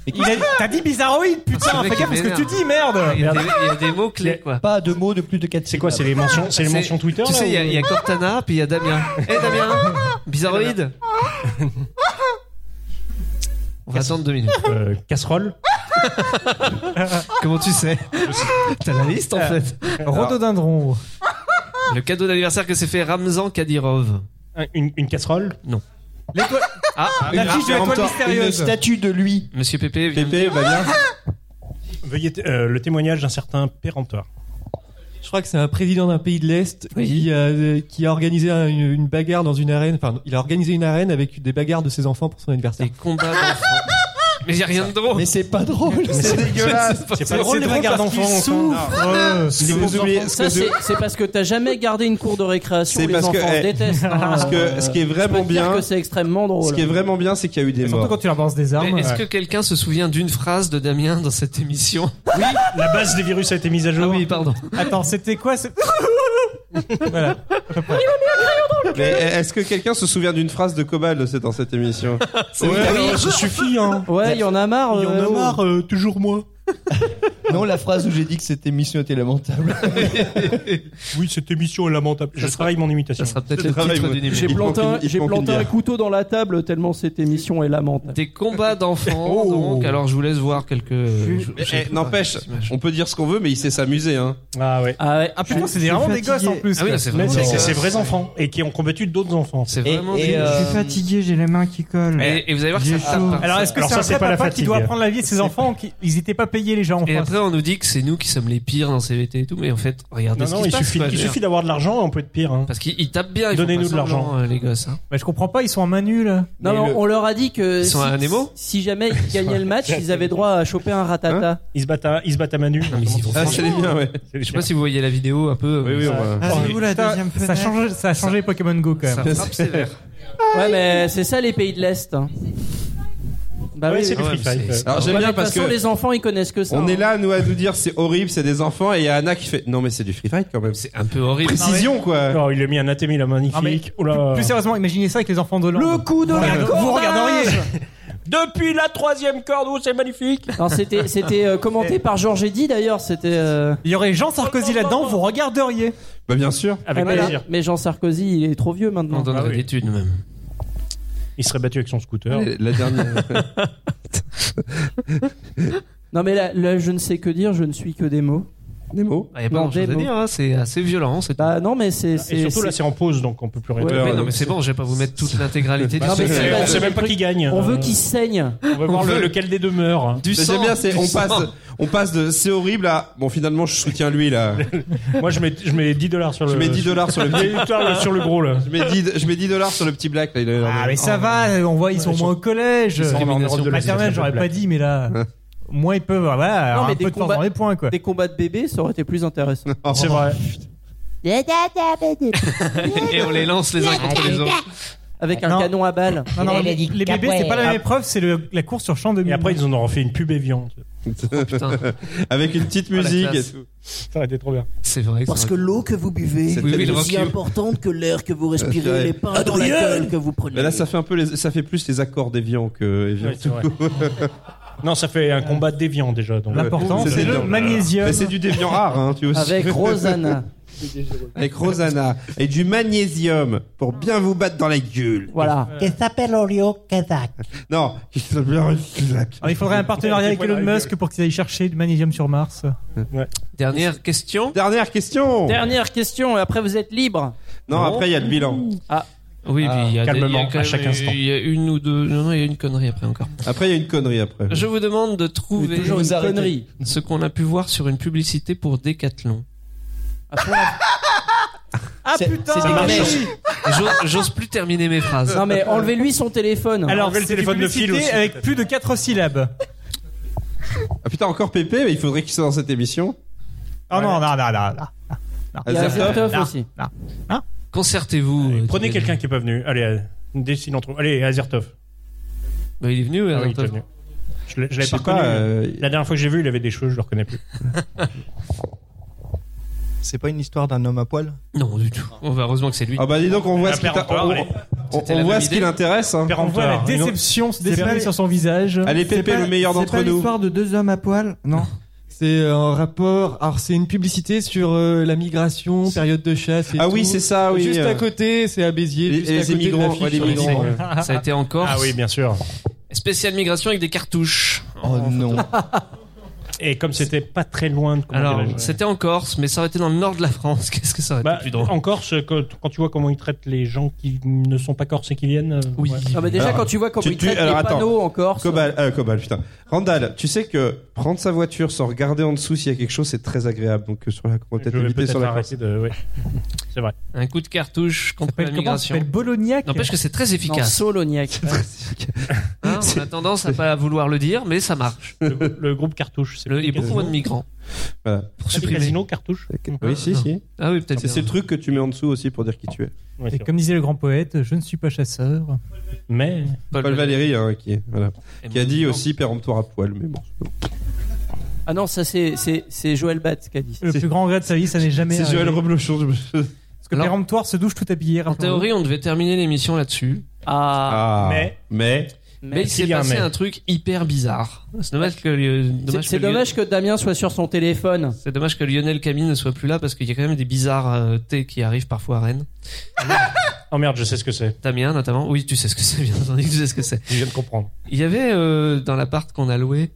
Il a- T'as dit bizarroïde, Ce putain, mec fais est gaffe à ce que vénère. tu dis, merde il y, a des, il y a des mots clés quoi. Pas de mots de plus de 4 C'est quoi C'est les mentions, c'est les C'est- mentions Twitter Tu là, sais, il y, a- ou- il y a Cortana, puis il y a Damien. Eh Damien Bizarroïde On va attendre deux minutes. Euh, casserole. Comment tu sais T'as la liste en fait. Rhododendron. Le cadeau d'anniversaire que s'est fait Ramzan Kadirov. Un- Une, une casserole. Ah, La fiche de en même l'étoile temps, Une mystérieuse. statue de lui. Monsieur Pépé vient Pépé, va bien. Veuillez t- euh, le témoignage d'un certain péremptoire. Je crois que c'est un président d'un pays de l'Est qui, a, qui a organisé un- une, une bagarre dans une arène. Enfin, il a organisé une arène avec des bagarres de ses enfants pour son anniversaire. des combats d'enfants. Mais y a rien de drôle. Mais c'est pas drôle. C'est dégueulasse. C'est pas drôle les bagarres d'enfants. Ah, enfin. euh, Vous oubliez ce Ça, que c'est de- c'est parce que t'as jamais gardé une cour de récréation. C'est Les parce enfants que, eh, détestent. hein. parce que ce qui est Je peux vraiment te dire bien- que c'est extrêmement drôle. Ce qui est vraiment bien, c'est qu'il y a eu des Surtout morts. quand tu leur balances des armes. euh. Mais Est-ce Ouais. que quelqu'un se souvient d'une phrase de Damien dans cette émission La base des virus a été mise à Ah jour. oui, pardon. Attends, c'était quoi ce- Mais est-ce que quelqu'un se souvient d'une phrase de Cobal de cette- dans cette émission Ouais, ça suffit hein. Ouais, il y en a marre. Il y en euh, a oh. marre, euh, toujours moi. Non, la phrase où j'ai dit que cette émission était lamentable. Oui, cette émission est lamentable. Je travaille mon imitation. Ça sera peut-être Je le travaille, titre moi. d'une J'ai émission. Il planté, manque un- une- il j'ai manque une planté un bière. couteau dans la table tellement cette émission est lamentable. Des combats d'enfants, Oh. donc. Alors, je vous laisse voir quelques. je- Mais, je sais eh, pas, N'empêche, ces images. on peut dire ce qu'on veut, mais il sait s'amuser. Hein. Ah ouais. Ah, ouais. Ah putain, c'est vraiment des gosses en plus. Ah oui, quoi. là, c'est Mais vraiment. c'est c'est- des- c'est vrais enfants et qui ont combattu d'autres enfants. C'est Et- vraiment. et, des- euh, Je suis fatigué, j'ai les mains qui collent. Et, et vous allez voir que ça J'ai tape. chaud. hein. Alors, est-ce que Alors c'est ça, un c'est vrai pas la papa qui fatigue. doit apprendre la vie de ses enfants qui- Ils étaient pas payés les gens en Et France. après, on nous dit que c'est nous qui sommes les pires dans CVT et tout, mais en fait, regardez Non, ce non, qui il se passe. suffit, quoi, il je veux suffit dire. d'avoir de l'argent et on peut être pire. hein. Parce qu'ils ils tapent bien. ils font Donnez-nous pas de l'argent. semblant, euh, les gosses. hein. Bah, je comprends pas, ils sont en main nulle. Non, Mais mais le- on leur a dit que Ils sont si, à Nemo si jamais ils gagnaient le match, ils avaient droit à choper un ratata. Ils se battent à, ils se battent à Manu. Non, mais ils y vont Ah, franchement. c'est bien, ouais. Je sais pas si vous voyez la vidéo un peu. euh, Oui, oui, on va. Ah, c'est Oh, vous la Putain, deuxième ça a fenêtre changé, ça a changé Pokémon Go quand Ça même. frappe sévère. Hein Ouais, mais c'est ça les pays de l'Est. hein. Bah Ouais, oui, c'est ouais, du free Ouais, fight. c'est- Alors j'aime mais de bien toute parce façon, que les enfants ils connaissent que ça. on est hein. là, nous, à nous dire c'est horrible, c'est des enfants, et il y a Anna qui fait non mais c'est du free fight quand même. C'est un peu horrible. Précision quoi. Oh, il a mis un atémi là magnifique. Ah, mais Oh là. Plus sérieusement, imaginez ça avec les enfants de Le l'Inde. coup de la Vous cordage regarderiez. Depuis la troisième corde, oh, c'est magnifique. Non, c'était c'était euh, commenté par Georges Eddy d'ailleurs. C'était. euh, Il y aurait Jean Sarkozy là-dedans, vous regarderiez. Bah bien sûr. Avec voilà. plaisir. Mais Jean Sarkozy, il est trop vieux On maintenant. donnerait Ah oui. des thunes même. Il serait battu avec son scooter. La dernière. Non, mais là, là, je ne sais que dire. Je ne suis que des mots. Des mots. Il n'y a pas Non, grand chose à des mots. dire, hein, c'est assez violent. C'est Bah non, mais c'est. Et c'est- surtout là, c'est en pause, donc on peut plus rien. Ouais. faire. Mais Alors, non, mais donc, c'est bon, je vais pas vous mettre toute l'intégralité du Bah, Non, mais c'est- c'est- on c'est- sait même pas qui gagne. On veut Euh, qu'ils saignent. On va voir le- lequel des deux meurt. Du J'aime sang, bien, c'est du on sang. passe, on passe de c'est horrible à bon finalement je soutiens lui là. Moi, je mets, je mets 10 dollars sur le. Je mets 10 dollars Ah, sur le petit, dollars sur le gros là. je mets 10, je mets 10 dollars sur le petit black là. Il a l'air Ah de- mais ça va, on voit ils sont ils au moins au collège. sont en Europe de l'Est, Maternelle, c'est très j'aurais black. pas dit, mais là. euh, moins ils peuvent avoir voilà, avoir un peu de force dans les points, quoi. Des combats de bébés, ça aurait été plus intéressant. C'est vrai. Et on les lance les uns contre les autres. Avec un canon à balles. Non, non, les, les bébés, c'est pas la même épreuve, c'est le- la course sur champ de Et après, ils en auront fait une pub Evian. Avec une Ah, petite musique et tout. Ça aurait été trop bien. C'est vrai. Parce que l'eau que vous buvez C'est Oui, oui, est le aussi rock you. importante que l'air que vous C'est vrai. respirez, les pains dans la gueule que vous prenez. Mais là, ça fait un peu, les- ça fait plus les accords d'Evian que Evian. Ouais, c'est vrai. non, ça fait un combat d'Evian déjà. donc. L'important, c'est le magnésium. Mais c'est du déviant rare, hein, tu vois. Avec Rosanna. Avec Rosanna. Et du magnésium pour bien vous battre dans la gueule. Voilà. Que s'appelle Orio Kazak. Non, il se bien reçu, là. Alors, il faudrait un partenariat avec Elon Musk pour qu'ils aillent chercher du magnésium sur Mars. Dernière question. Dernière question. Dernière question, et après vous êtes libre. Non, après, il y a le bilan. Ah, Oui, puis il y a des- calmement, il y a quand à même- chaque instant. Il y a une ou deux. Non, non, il y a une connerie après encore. Après, il y a une connerie après. Je vous demande de trouver toujours une connerie. ce qu'on a pu voir sur une publicité pour Decathlon. Ah putain mais- J'ose- J'ose plus terminer mes phrases. Ah. Non mais enlevez-lui son téléphone. Alors, enlever le c'est une téléphone de fil publicité aussi. avec plus de 4 syllabes. Ah putain, encore Pépé, mais il faudrait qu'il soit dans cette émission. Oh non, non, non, non, non. Il y a Azertov. Azertov Non. aussi. Concertez-vous. euh, Prenez Thierry. quelqu'un qui est pas venu. Allez, euh, dès s'il en trouve. Allez, Azertov. Bah, il est venu, Ah oui, il Azertov. est venu. Je l'ai- je Je l'avais sais pas pas. connu. euh, La dernière fois que j'ai vu, il avait des cheveux, je le reconnais plus. C'est pas une histoire d'un homme à poil Non, du tout. Oh, bah, heureusement que c'est lui. Ah bah dis donc, on voit Un ce qui, t'a- péremptoire, on, allez. on- C'était on la voit même ce qui idée. l'intérêts. hein. On voit la Péremptoire. déception se C'est déferler pas- sur son visage. Allez C'est Pépé, pas- le meilleur C'est d'entre pas nous. l'histoire de deux hommes à poil Non. C'est un rapport. Alors, c'est une publicité sur euh, la migration, période de chasse. Et Ah oui, c'est ça, oui. Juste euh, à côté, c'est à Béziers. les- juste les à côté de immigrants, l'affiche ouais, les sur les migrants, signes. ouais. Ça a été en Corse. Ah oui, bien sûr. Spécial migration avec des cartouches. Oh non. Et comme c'était pas très loin de comment Alors, dirais-je, c'était en Corse, mais ça aurait été dans le nord de la France. Qu'est-ce que ça aurait Bah, été plus drôle en Corse, quand, quand tu vois comment ils traitent les gens qui ne sont pas corses et qui viennent. euh, Oui. ouais. Non Ah, mais déjà Alors, quand tu vois comment tu- il tu- traite alors, les attends. panneaux en Corse. Cobal, euh, Cobal, putain. Randall, tu sais que prendre sa voiture sans regarder en dessous s'il y a quelque chose, c'est très agréable. Donc euh, sur la, on va peut-être Je vais éviter sur la croix. arrêter de. ouais. C'est vrai. Un coup de cartouche contre la s'appelle comment Ça migration. s'appelle Bolognac. N'empêche que c'est très Non, efficace. Soloniac. Hein, on a tendance à pas vouloir le dire, mais ça marche. Le, le groupe cartouche. c'est Le- il y a beaucoup Casino. moins de migrants. Voilà. Pour C'est supprimer. Casino cartouche. Oui, si, si. Ah oui, peut-être. C'est bien. c'est le truc que tu mets en dessous aussi pour dire qui tu es. Ouais, Et c'est vrai. comme disait le grand poète, je ne suis pas chasseur. Mais Paul Valéry, hein, qui, est- voilà, qui a dit Non. aussi péremptoire à poil, mais bon. Ah non, ça c'est c'est c'est Joël Batz qui a dit. ça. Le plus grand regret de sa vie, ça n'est jamais C'est euh, arrivé. Joël Reblochon. je me- Parce que Alors- péremptoire se douche tout habillé. En rappelons-le. théorie, on devait terminer l'émission là-dessus. Ah, Ah, mais- mais Mais il s'est il y a un passé mais. un truc hyper bizarre. C'est dommage que, euh, c'est- dommage c'est que Lionel- dommage que Damien soit sur son téléphone. c'est dommage que Lionel Camille ne soit plus là parce qu'il y a quand même des bizarres euh, thés qui arrivent parfois à Rennes. oh merde, je sais ce que c'est. Damien notamment. Oui, tu sais ce que c'est, bien entendu, tu sais ce que c'est. Je viens de comprendre. Il y avait euh, dans l'appart qu'on a loué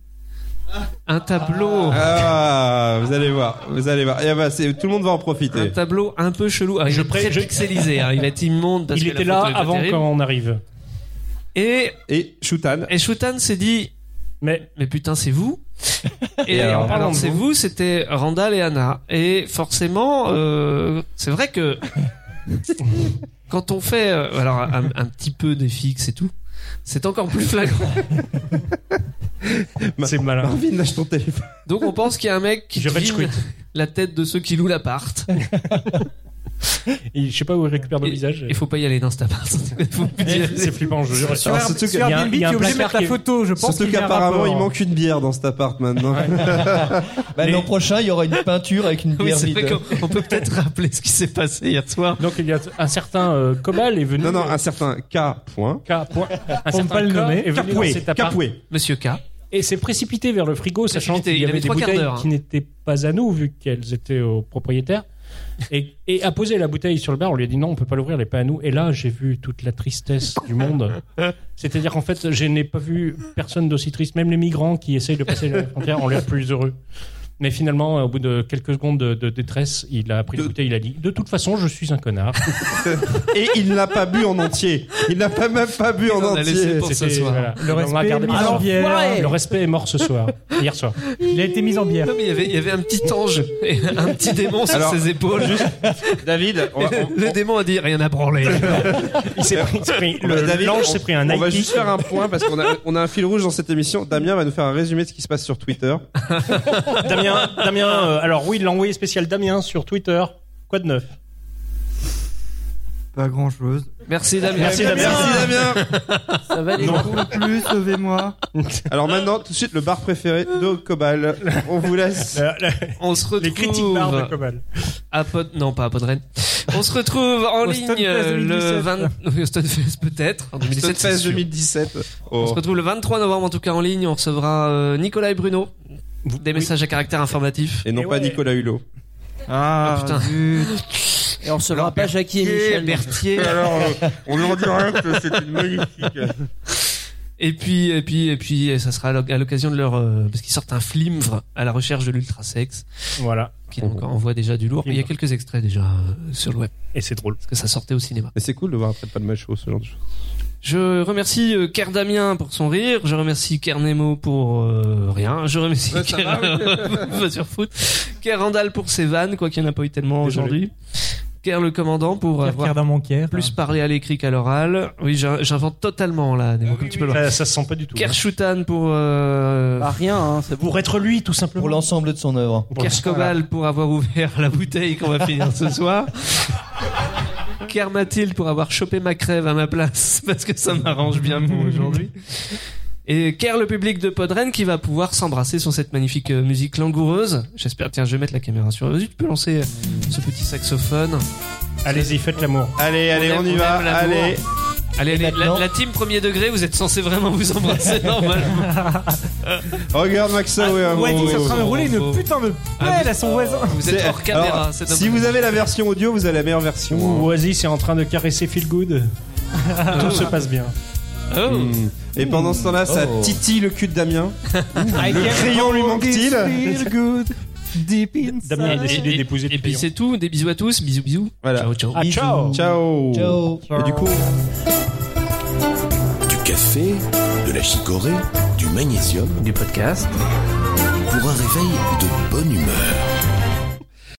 un tableau, ah, vous allez voir, vous allez voir. Et ah bah, c'est- tout le monde va en un profiter. tableau un peu chelou. Alors, il Je est pré- très je- pixelisé. hein. Il est immonde parce il que était la là photo est pas avant terrible. quand on arrive. Et Et Shoutan, et Shoutan s'est dit Mais mais putain c'est vous et Et alors, alors, parlons de c'est vous c'était Randall et Anna et forcément Oh. euh, c'est vrai que quand on fait euh, alors un, un petit peu des fixes et tout c'est encore plus flagrant Ma- c'est malin. Marvin lâche ton téléphone. donc on pense qu'il y a un mec qui Je rage devine la tête de ceux qui louent l'appart Il- Je sais pas où il récupère nos Et- visages. il faut pas y aller dans cet appart Faut plus y Eh, aller. C'est flippant, je jure. Sur, Alors, Air- surtout qu'il sur y a- Airbnb, il y a un tu es obligé de placard mettre la qui est- photo. Je pense Surtout qu'il y a un qu'apparemment, rapport. il manque une bière dans cet appart maintenant. Bah, L'an prochain, il y aura une peinture avec une Oui, bière c'est vrai vide. qu'on on peut peut-être rappeler ce qui s'est passé hier soir Donc il y a un certain euh, Cobal est venu. non, non, un certain K. Point. K. Point, un Pour ne certain pas le K nommer. est venu dans Capoué, cet appart Capoué. monsieur K et s'est précipité vers le frigo, sachant Précipité, qu'il il y avait avait des trois quarts bouteilles d'heure, hein. qui n'étaient pas à nous vu qu'elles étaient au propriétaire. Et, et a posé la bouteille sur le bar. On lui a dit non, on peut pas l'ouvrir, elle est pas à nous. Et là, j'ai vu toute la tristesse du monde. C'est-à-dire qu'en fait, je n'ai pas vu personne d'aussi triste, même les migrants qui essayent de passer la frontière, on l'air plus heureux. Mais finalement, au bout de quelques secondes de, de détresse, il a pris la bouteille, il a dit De toute façon, je suis un connard. Et il n'a pas bu en entier. Il n'a pas même pas bu en On a laissé entier. pour ce soir. Le On l'a respect gardé est mis pour en soi. Ah, bière. Le respect est mort ce soir. Hier soir. Il a été mis en bière. Non, mais il y avait, il y avait un petit ange et un petit démon sur Alors, ses épaules. David, on va- Et on- le, le démon a dit rien à branler. Il s'est pris, il s'est pris- le- l'ange s'est pris un On va high juste kick. faire un point parce qu'on a, on a un fil rouge dans cette émission. Damien va nous faire un résumé de ce qui se passe sur Twitter. Damien, Damien euh, alors oui, il l'a envoyé spécial Damien sur Twitter. Quoi de neuf Pas grand chose. Merci Damien. Merci, Damien. Merci Damien. Ça va les Non. couilles. Plus, sauvez-moi. Alors maintenant, tout de suite, le bar préféré de Cobal. On vous laisse. On se retrouve. critiques barres de Cobal. À Pod- Non, pas à Podren. On se retrouve en Au ligne Stonefest euh, le 2017. 20. Oui, au Stonefest peut-être. En 2017. c'est Stonefest sûr. 2017. On se Oh. retrouve le 23 novembre en tout cas en ligne. On recevra euh, Nicolas et Bruno. Des messages à caractère informatif. Et non pas Nicolas Hulot. Ah, putain. Et on se verra pas Jackie et Michel. Berthier. euh, on en direct, c'est une magnifique. Et puis, et puis, et puis, euh, ça sera à l'oc- à l'occasion de leur, euh, parce qu'ils sortent un flimvre à la recherche de l'ultra sexe. Voilà. Qui donc envoie déjà du lourd. Mais Il y a quelques extraits déjà euh, sur le web. Oh. Et c'est drôle. Parce que ça sortait au cinéma. Mais c'est cool de voir après pas de match ce genre de choses. Je remercie euh, Ker Damien pour son rire. Je remercie Ker Nemo pour euh, rien. Je remercie Ouais, ça Ker, euh, va, sur foot. Ker Randall pour ses vannes, quoi qu'il n'y en a pas eu tellement Désolé. aujourd'hui. Ker le commandant pour avoir Pierre Monquier. plus parlé à l'écrit qu'à l'oral. Oui, j'in- j'invente totalement là, Nemo, comme tu peux le voir. Eh, Ça, ça se sent pas du tout. hein. Ker Choutan pour euh, Ah, rien, hein, c'est Pour être lui, tout simplement. Pour l'ensemble de son œuvre. Kerskobal pour avoir ouvert la bouteille qu'on va finir ce soir. Ker Mathilde pour avoir chopé ma crève à ma place parce que ça m'arrange bien pour aujourd'hui. Et Ker le public de Podren qui va pouvoir s'embrasser sur cette magnifique euh, musique langoureuse. J'espère, tiens, je vais mettre la caméra sur. Vas-y, tu peux lancer euh, ce petit saxophone. Allez-y, faites l'amour. Allez, allez, on, aime- y va. aime l'amour. Allez. Allez, allez, la, maintenant- la team premier degré, vous êtes censé vraiment vous embrasser normalement. Regarde Maxo. ouais, Ah, ouais, Ouais, ouais, il est en train de ouais. rouler une putain de Ah pelle à son voisin. Vous êtes C'est- hors caméra, alors, c'est dommage. Si vous avez la version audio, vous avez la meilleure version. hein. Ouh, Oasis est en train de caresser Feel Good. Tout se passe bien. Oh. Mm. Et pendant ce temps-là, ça Oh. titille le cul de Damien. I le can't crayon lui manque-t-il good deep Damien a décidé d'épouser Et puis c'est tout, des bisous à tous, bisous bisous. Voilà. Ciao, ciao. Ah, ciao. Ciao. Ciao. Et du coup, Du café, de la chicorée, du magnésium, du podcast. Pour un réveil de bonne humeur.